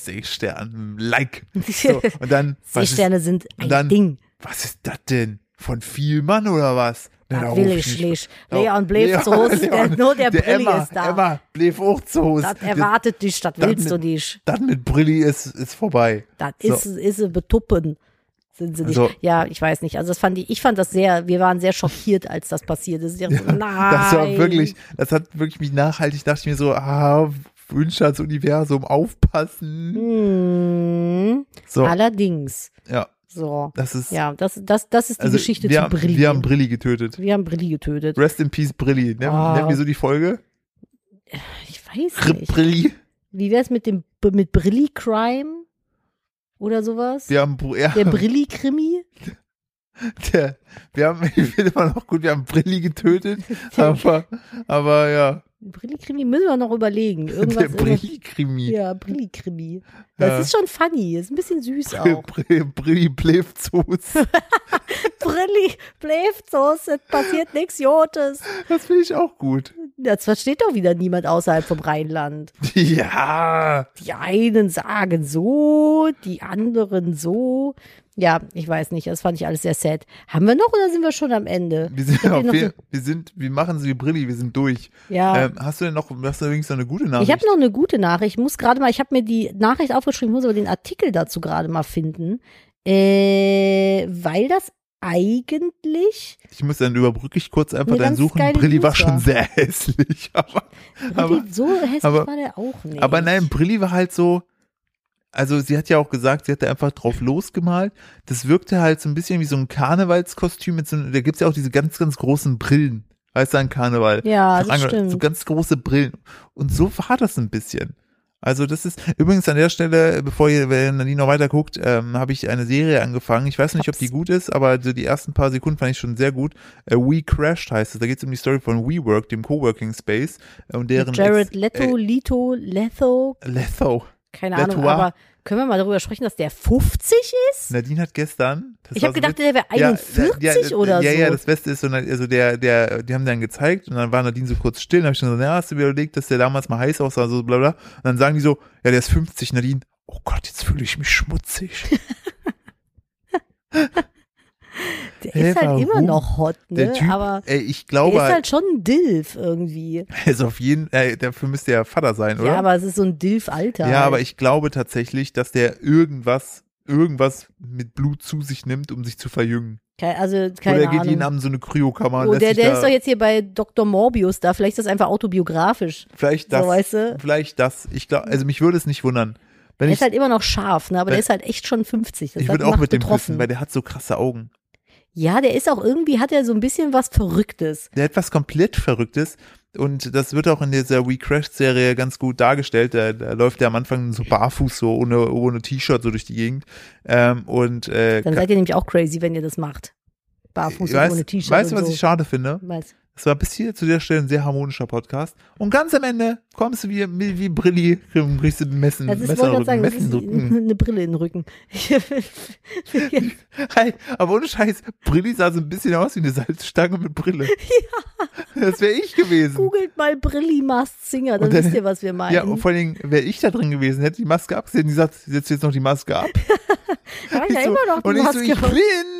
A: Seestern, like. So, und dann, was ist
B: Seesterne sind ein
A: und dann-
B: Ding.
A: was ist das denn? Von viel Mann oder was? Na, da
B: Das
A: ruf
B: will
A: ich
B: ich
A: nicht.
B: nicht.
A: Ja,
B: Leon bleibt zu Hause, der,
A: Leon,
B: nur der, Brilli
A: Emma,
B: ist da.
A: Emma, bleib auch zu Hause.
B: Das erwartet dich, das
A: das
B: willst du
A: mit-
B: nicht.
A: Das mit Brilli ist, ist vorbei.
B: Das
A: So.
B: ist, ist sie betuppen. Sind sie nicht.
A: So.
B: Ja, ich weiß nicht. Also das fand ich, ich fand das sehr, wir waren sehr schockiert, als das passiert ist. Ja, nein.
A: Das war wirklich, das hat wirklich mich nachhaltig, dachte ich mir so, ah, Wünsche ans Universum,
B: Mhm.
A: aufpassen.
B: Hm,
A: So,
B: Allerdings.
A: ja,
B: So.
A: das ist,
B: Ja, das, das, das ist die
A: also
B: Geschichte
A: wir,
B: zu
A: haben-
B: Brilli.
A: wir haben Brilli getötet.
B: wir haben Brilli getötet.
A: Rest in Peace Brilli. Ne?
B: Ah.
A: Nennen wir so die Folge?
B: Ich weiß
A: Rip
B: nicht.
A: Brilli.
B: Wie wär's mit dem B- mit Brilli Crime oder sowas?
A: Wir haben, Br- ja,
B: Der Brilli Krimi?
A: der, wir haben, ich finde immer noch gut, wir haben Brilli getötet, aber, aber ja,
B: Brilli Krimi müssen wir noch überlegen. Irgendwas
A: der
B: irgendwas-
A: Brilli-Krimi.
B: Ja, Brilli Krimi. Das
A: Ja.
B: ist schon funny, ist ein bisschen süß
A: Br-
B: auch.
A: Br- Brilli Plevzus.
B: Brilli bleibt so, es passiert nichts Jotes.
A: Das finde ich auch gut.
B: Das versteht doch wieder niemand außerhalb vom Rheinland.
A: Ja.
B: Die einen sagen so, die anderen so. Ja, ich weiß nicht, das fand ich alles sehr sad. Haben wir noch oder sind wir schon am Ende?
A: Wir sind,
B: Ich hab hier
A: auf,
B: noch
A: wir, wir sind, wir machen sie wie Brilli, wir sind durch.
B: Ja.
A: Ähm, hast du denn noch, hast du übrigens noch eine gute Nachricht?
B: Ich habe noch eine gute Nachricht. Ich muss gerade mal, ich habe mir die Nachricht aufgeschrieben, muss aber den Artikel dazu gerade mal finden. Äh, weil das eigentlich
A: ich muss dann überbrücke ich kurz einfach
B: Eine
A: dein
B: ganz
A: Suchen.
B: geile
A: Brilli war
B: News
A: schon
B: war.
A: sehr hässlich, aber, aber,
B: so hässlich
A: aber-
B: war der auch nicht.
A: aber nein, Brilli war halt so, Also sie hat ja auch gesagt, sie hat da einfach drauf losgemalt. Das wirkte halt so ein bisschen wie so ein Karnevalskostüm. Mit so, einem- da gibt's ja auch diese ganz, ganz großen Brillen. Weißt du, an Karneval.
B: Ja, das
A: Ange-
B: stimmt.
A: So ganz große Brillen. Und so war das ein bisschen. Also das ist, übrigens an der Stelle, bevor ihr, wenn Nadine noch weiter guckt, ähm, habe ich eine Serie angefangen. Ich weiß nicht, ob die gut ist, aber so die ersten paar Sekunden fand ich schon sehr gut. Äh, We Crashed heißt es. Da geht's um die Story von WeWork, dem Coworking Space. Äh, und deren
B: Jared
A: Ex-
B: Leto, Lito, Letho,
A: Äh, Leto.
B: keine
A: Letois.
B: Ahnung, aber können wir mal darüber sprechen, dass der 50 ist?
A: Nadine hat gestern. das
B: Ich
A: war
B: habe
A: so
B: gedacht,
A: witzig-
B: der wäre
A: Ja,
B: 41
A: ja, ja,
B: oder
A: ja,
B: so.
A: Ja, das Beste ist, so, also der, der, die haben dann gezeigt und dann war Nadine so kurz still. Dann habe ich schon so, ja, hast du mir überlegt, dass der damals mal heiß aussah, so bla bla. Und dann sagen die so, ja, der ist 50, Nadine. Oh Gott, jetzt fühle ich mich schmutzig.
B: der
A: Hey,
B: ist halt immer
A: warum?
B: noch hot, ne?
A: Der Typ,
B: aber
A: ey, ich
B: der
A: glaube,
B: ist halt schon ein Dilf irgendwie.
A: er ist auf jeden, äh, dafür müsste er Vater sein, oder?
B: Ja, aber es ist so ein Dilf-Alter.
A: ja, aber
B: halt.
A: ich glaube tatsächlich, dass der irgendwas, irgendwas mit Blut zu sich nimmt, um sich zu verjüngen.
B: Kein, also, keine
A: oder er geht
B: Ahnung.
A: jeden Abend in so eine Kryokammer und
B: oh,
A: lässt
B: der
A: sich
B: der
A: da,
B: ist doch jetzt hier bei Dr. Morbius da. Vielleicht ist das einfach autobiografisch.
A: Vielleicht das.
B: so, weißt du?
A: Vielleicht das. Ich glaube, also mich würde es nicht wundern. Wenn
B: Er
A: ich,
B: ist halt immer noch scharf, ne? aber der
A: Wenn-
B: ist halt echt schon 50. Das
A: ich
B: hat-
A: würde auch
B: macht
A: mit dem küssen,
B: betroffen.
A: weil der hat so krasse Augen.
B: Ja, der ist auch irgendwie, hat er so ein bisschen was Verrücktes.
A: Der hat was komplett Verrücktes. Und das wird auch in dieser We Crash-Serie ganz gut dargestellt. Da, da läuft er am Anfang so barfuß, so ohne, ohne T-Shirt so durch die Gegend. Ähm, und äh,
B: Dann seid ihr nämlich auch crazy, wenn ihr das macht. Barfuß und
A: weißt,
B: ohne T-Shirt.
A: weißt du,
B: und
A: was
B: so.
A: ich Hm, schade finde?
B: Weiß.
A: Es war bis hier zu der Stelle ein sehr harmonischer Podcast. Und ganz am Ende kommst du wie, wie, wie Brilli, kriegst du ein Messen,
B: Das ist,
A: Messer
B: wollte ich
A: in
B: sagen,
A: den
B: das
A: Rücken, Messen in
B: ist
A: den Rücken.
B: eine Brille in den Rücken.
A: Hey, aber ohne Scheiß, Brilli sah so ein bisschen aus wie eine Salzstange mit Brille. Ja. Das wäre ich gewesen.
B: Googelt mal Brilli Masked Singer, dann,
A: Und dann-
B: wisst ihr, was wir meinen.
A: Ja, und vor allen Dingen wäre ich da drin gewesen, hätte die Maske abgesehen. Die sagt, sie setzt jetzt noch die Maske ab.
B: Hab ich ja
A: Ich so,
B: immer noch
A: und
B: die
A: ich
B: Maske.
A: so, ich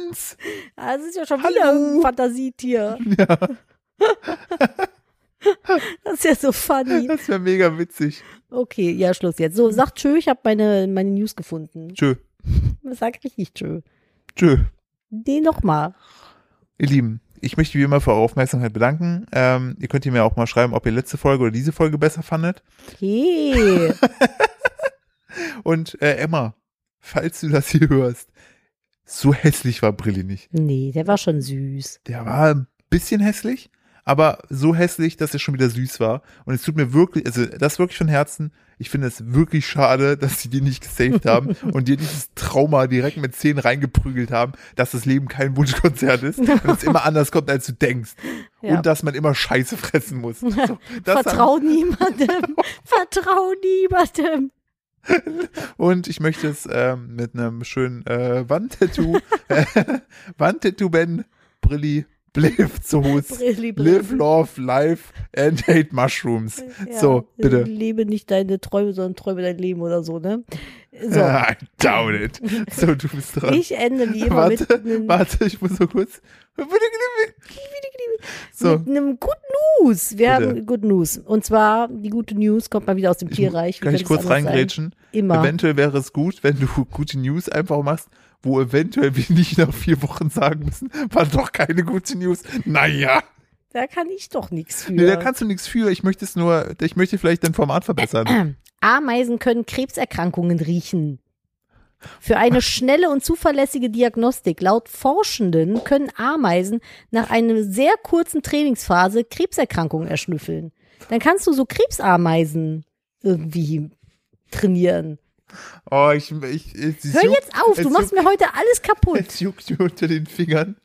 A: bin's.
B: Ah, Das ist ja schon
A: Hallo.
B: wieder ein Fantasietier. Das ist ja so funny.
A: Das wäre mega witzig.
B: Okay, ja, Schluss jetzt. So, sag tschö, ich habe meine, meine News gefunden.
A: Tschö,
B: Sag richtig tschö.
A: tschö.
B: Nee, nochmal.
A: Ihr Lieben, ich möchte wie immer für eure Aufmerksamkeit bedanken. Ähm, ihr könnt mir auch mal schreiben, ob ihr letzte Folge oder diese Folge besser fandet.
B: Hey.
A: Und äh, Emma, falls du das hier hörst, so hässlich war Brilli nicht.
B: Nee, der war schon süß.
A: Der war ein bisschen hässlich, aber so hässlich, dass er schon wieder süß war. Und es tut mir wirklich, also das wirklich von Herzen. Ich finde es wirklich schade, dass sie die nicht gesaved haben und dir dieses Trauma direkt mit 10 reingeprügelt haben, dass das Leben kein Wunschkonzert ist und es immer anders kommt, als du denkst.
B: Ja.
A: Und dass man immer Scheiße fressen muss. So, das
B: Vertrau niemandem. Vertrau niemandem.
A: haben- Und ich möchte es ähm, mit einem schönen äh, Wandtattoo, äh, Wandtattoo Ben Brilli Bliff zu Hus.
B: Brilli, Brilli.
A: Live, love, life and hate mushrooms.
B: Ja,
A: So, bitte.
B: Lebe nicht deine Träume, sondern träume dein Leben oder so, ne? So.
A: I doubt it. So, du bist dran.
B: Ich ende wie immer
A: warte,
B: mit einem
A: warte, ich muss so kurz. So,
B: Mit einem Good News. Wir
A: Bitte.
B: haben Good News. Und zwar, die gute News kommt mal wieder aus dem Tierreich. Wie
A: kann ich
B: könnte es
A: kurz
B: anders sein?
A: reingrätschen?
B: Immer.
A: Eventuell wäre es gut, wenn du gute News einfach machst, wo eventuell wir nicht nach vier Wochen sagen müssen, war doch keine gute News. Naja,
B: Da kann ich doch nichts für.
A: nee, da kannst du nichts für. Ich möchte es nur, ich möchte vielleicht dein Format verbessern.
B: Ameisen können Krebserkrankungen riechen. Für eine schnelle und zuverlässige Diagnostik laut Forschenden können Ameisen nach einer sehr kurzen Trainingsphase Krebserkrankungen erschnüffeln. Dann kannst du so Krebsameisen irgendwie trainieren.
A: Oh, ich, ich, ich
B: Hör jetzt auf, du
A: es
B: machst mir heute alles kaputt.
A: Es juckt mir unter den Fingern,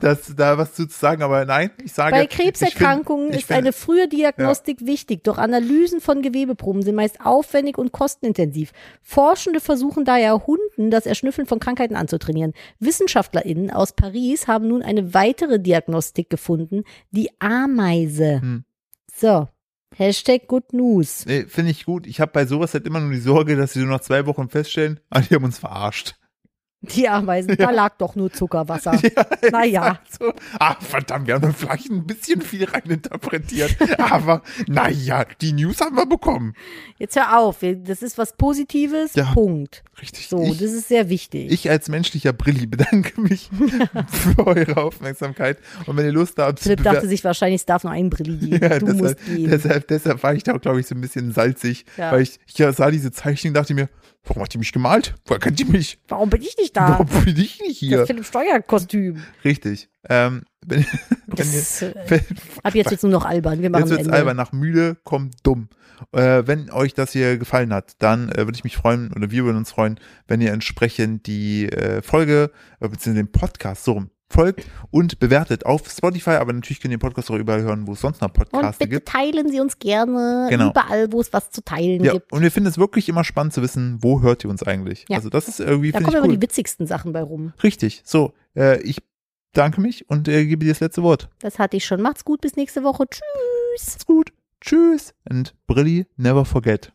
A: dass da was zu sagen, aber nein, ich sage.
B: Bei
A: ich
B: Krebserkrankungen
A: find- ich
B: ist
A: find-
B: eine frühe Diagnostik wichtig, doch Analysen von Gewebeproben sind meist aufwendig und kostenintensiv. Forschende versuchen daher Hunden das Erschnüffeln von Krankheiten anzutrainieren. WissenschaftlerInnen aus Paris haben nun eine weitere Diagnostik gefunden, die Ameise.
A: Hm.
B: So, Hashtag Good News.
A: Nee, finde ich gut. Ich habe bei sowas halt immer nur die Sorge, dass sie so nach zwei Wochen feststellen, ah, die haben uns verarscht.
B: Die Ameisen, da lag doch nur Zuckerwasser.
A: Ja,
B: Naja.
A: So, ah, verdammt, wir haben da vielleicht ein bisschen viel reininterpretiert. aber naja, die News haben wir bekommen.
B: Jetzt hör auf, wir- das ist was Positives,
A: Ja.
B: Punkt.
A: Richtig.
B: So,
A: ich,
B: das ist sehr wichtig.
A: ich als menschlicher Brilli bedanke mich für eure Aufmerksamkeit. Und wenn ihr Lust habt,
B: Philipp
A: bewer-
B: dachte sich wahrscheinlich, es darf nur ein Brilli geben.
A: Ja,
B: du musst
A: deshalb,
B: gehen.
A: deshalb, deshalb war ich da, glaube ich, so ein bisschen salzig,
B: Ja.
A: weil ich, ich sah diese Zeichnung und dachte mir, Warum hat die mich gemalt? Woher kennt die mich?
B: Warum bin ich nicht da?
A: Warum bin ich nicht hier?
B: Das Philipp Steuer-Kostüm.
A: Richtig. Ähm, wenn, wenn ihr,
B: Das, äh,
A: wenn,
B: ab jetzt wird's nur noch albern. Wir machen
A: Jetzt wird's
B: ein Ende.
A: albern. Nach müde kommt dumm. Äh, wenn euch das hier gefallen hat, dann äh, würde ich mich freuen oder wir würden uns freuen, wenn ihr entsprechend die äh, Folge äh, bzw. den Podcast so rum folgt und bewertet auf Spotify. Aber natürlich könnt ihr den Podcast auch überall hören, wo es sonst noch
B: Und
A: Podcaste
B: bitte
A: gibt.
B: teilen Sie uns gerne
A: Genau.
B: überall, wo es was zu teilen
A: Ja,
B: gibt.
A: und wir finden es wirklich immer spannend zu wissen, wo hört ihr uns eigentlich.
B: Ja.
A: Also das ist irgendwie
B: Da
A: finde
B: kommen
A: ich
B: immer
A: cool.
B: die witzigsten Sachen bei rum.
A: Richtig. So, äh, ich danke mich und äh, gebe dir das letzte Wort.
B: Das hatte ich schon. Macht's gut, bis nächste Woche. Tschüss.
A: Macht's gut. Tschüss. And Brilli, never forget.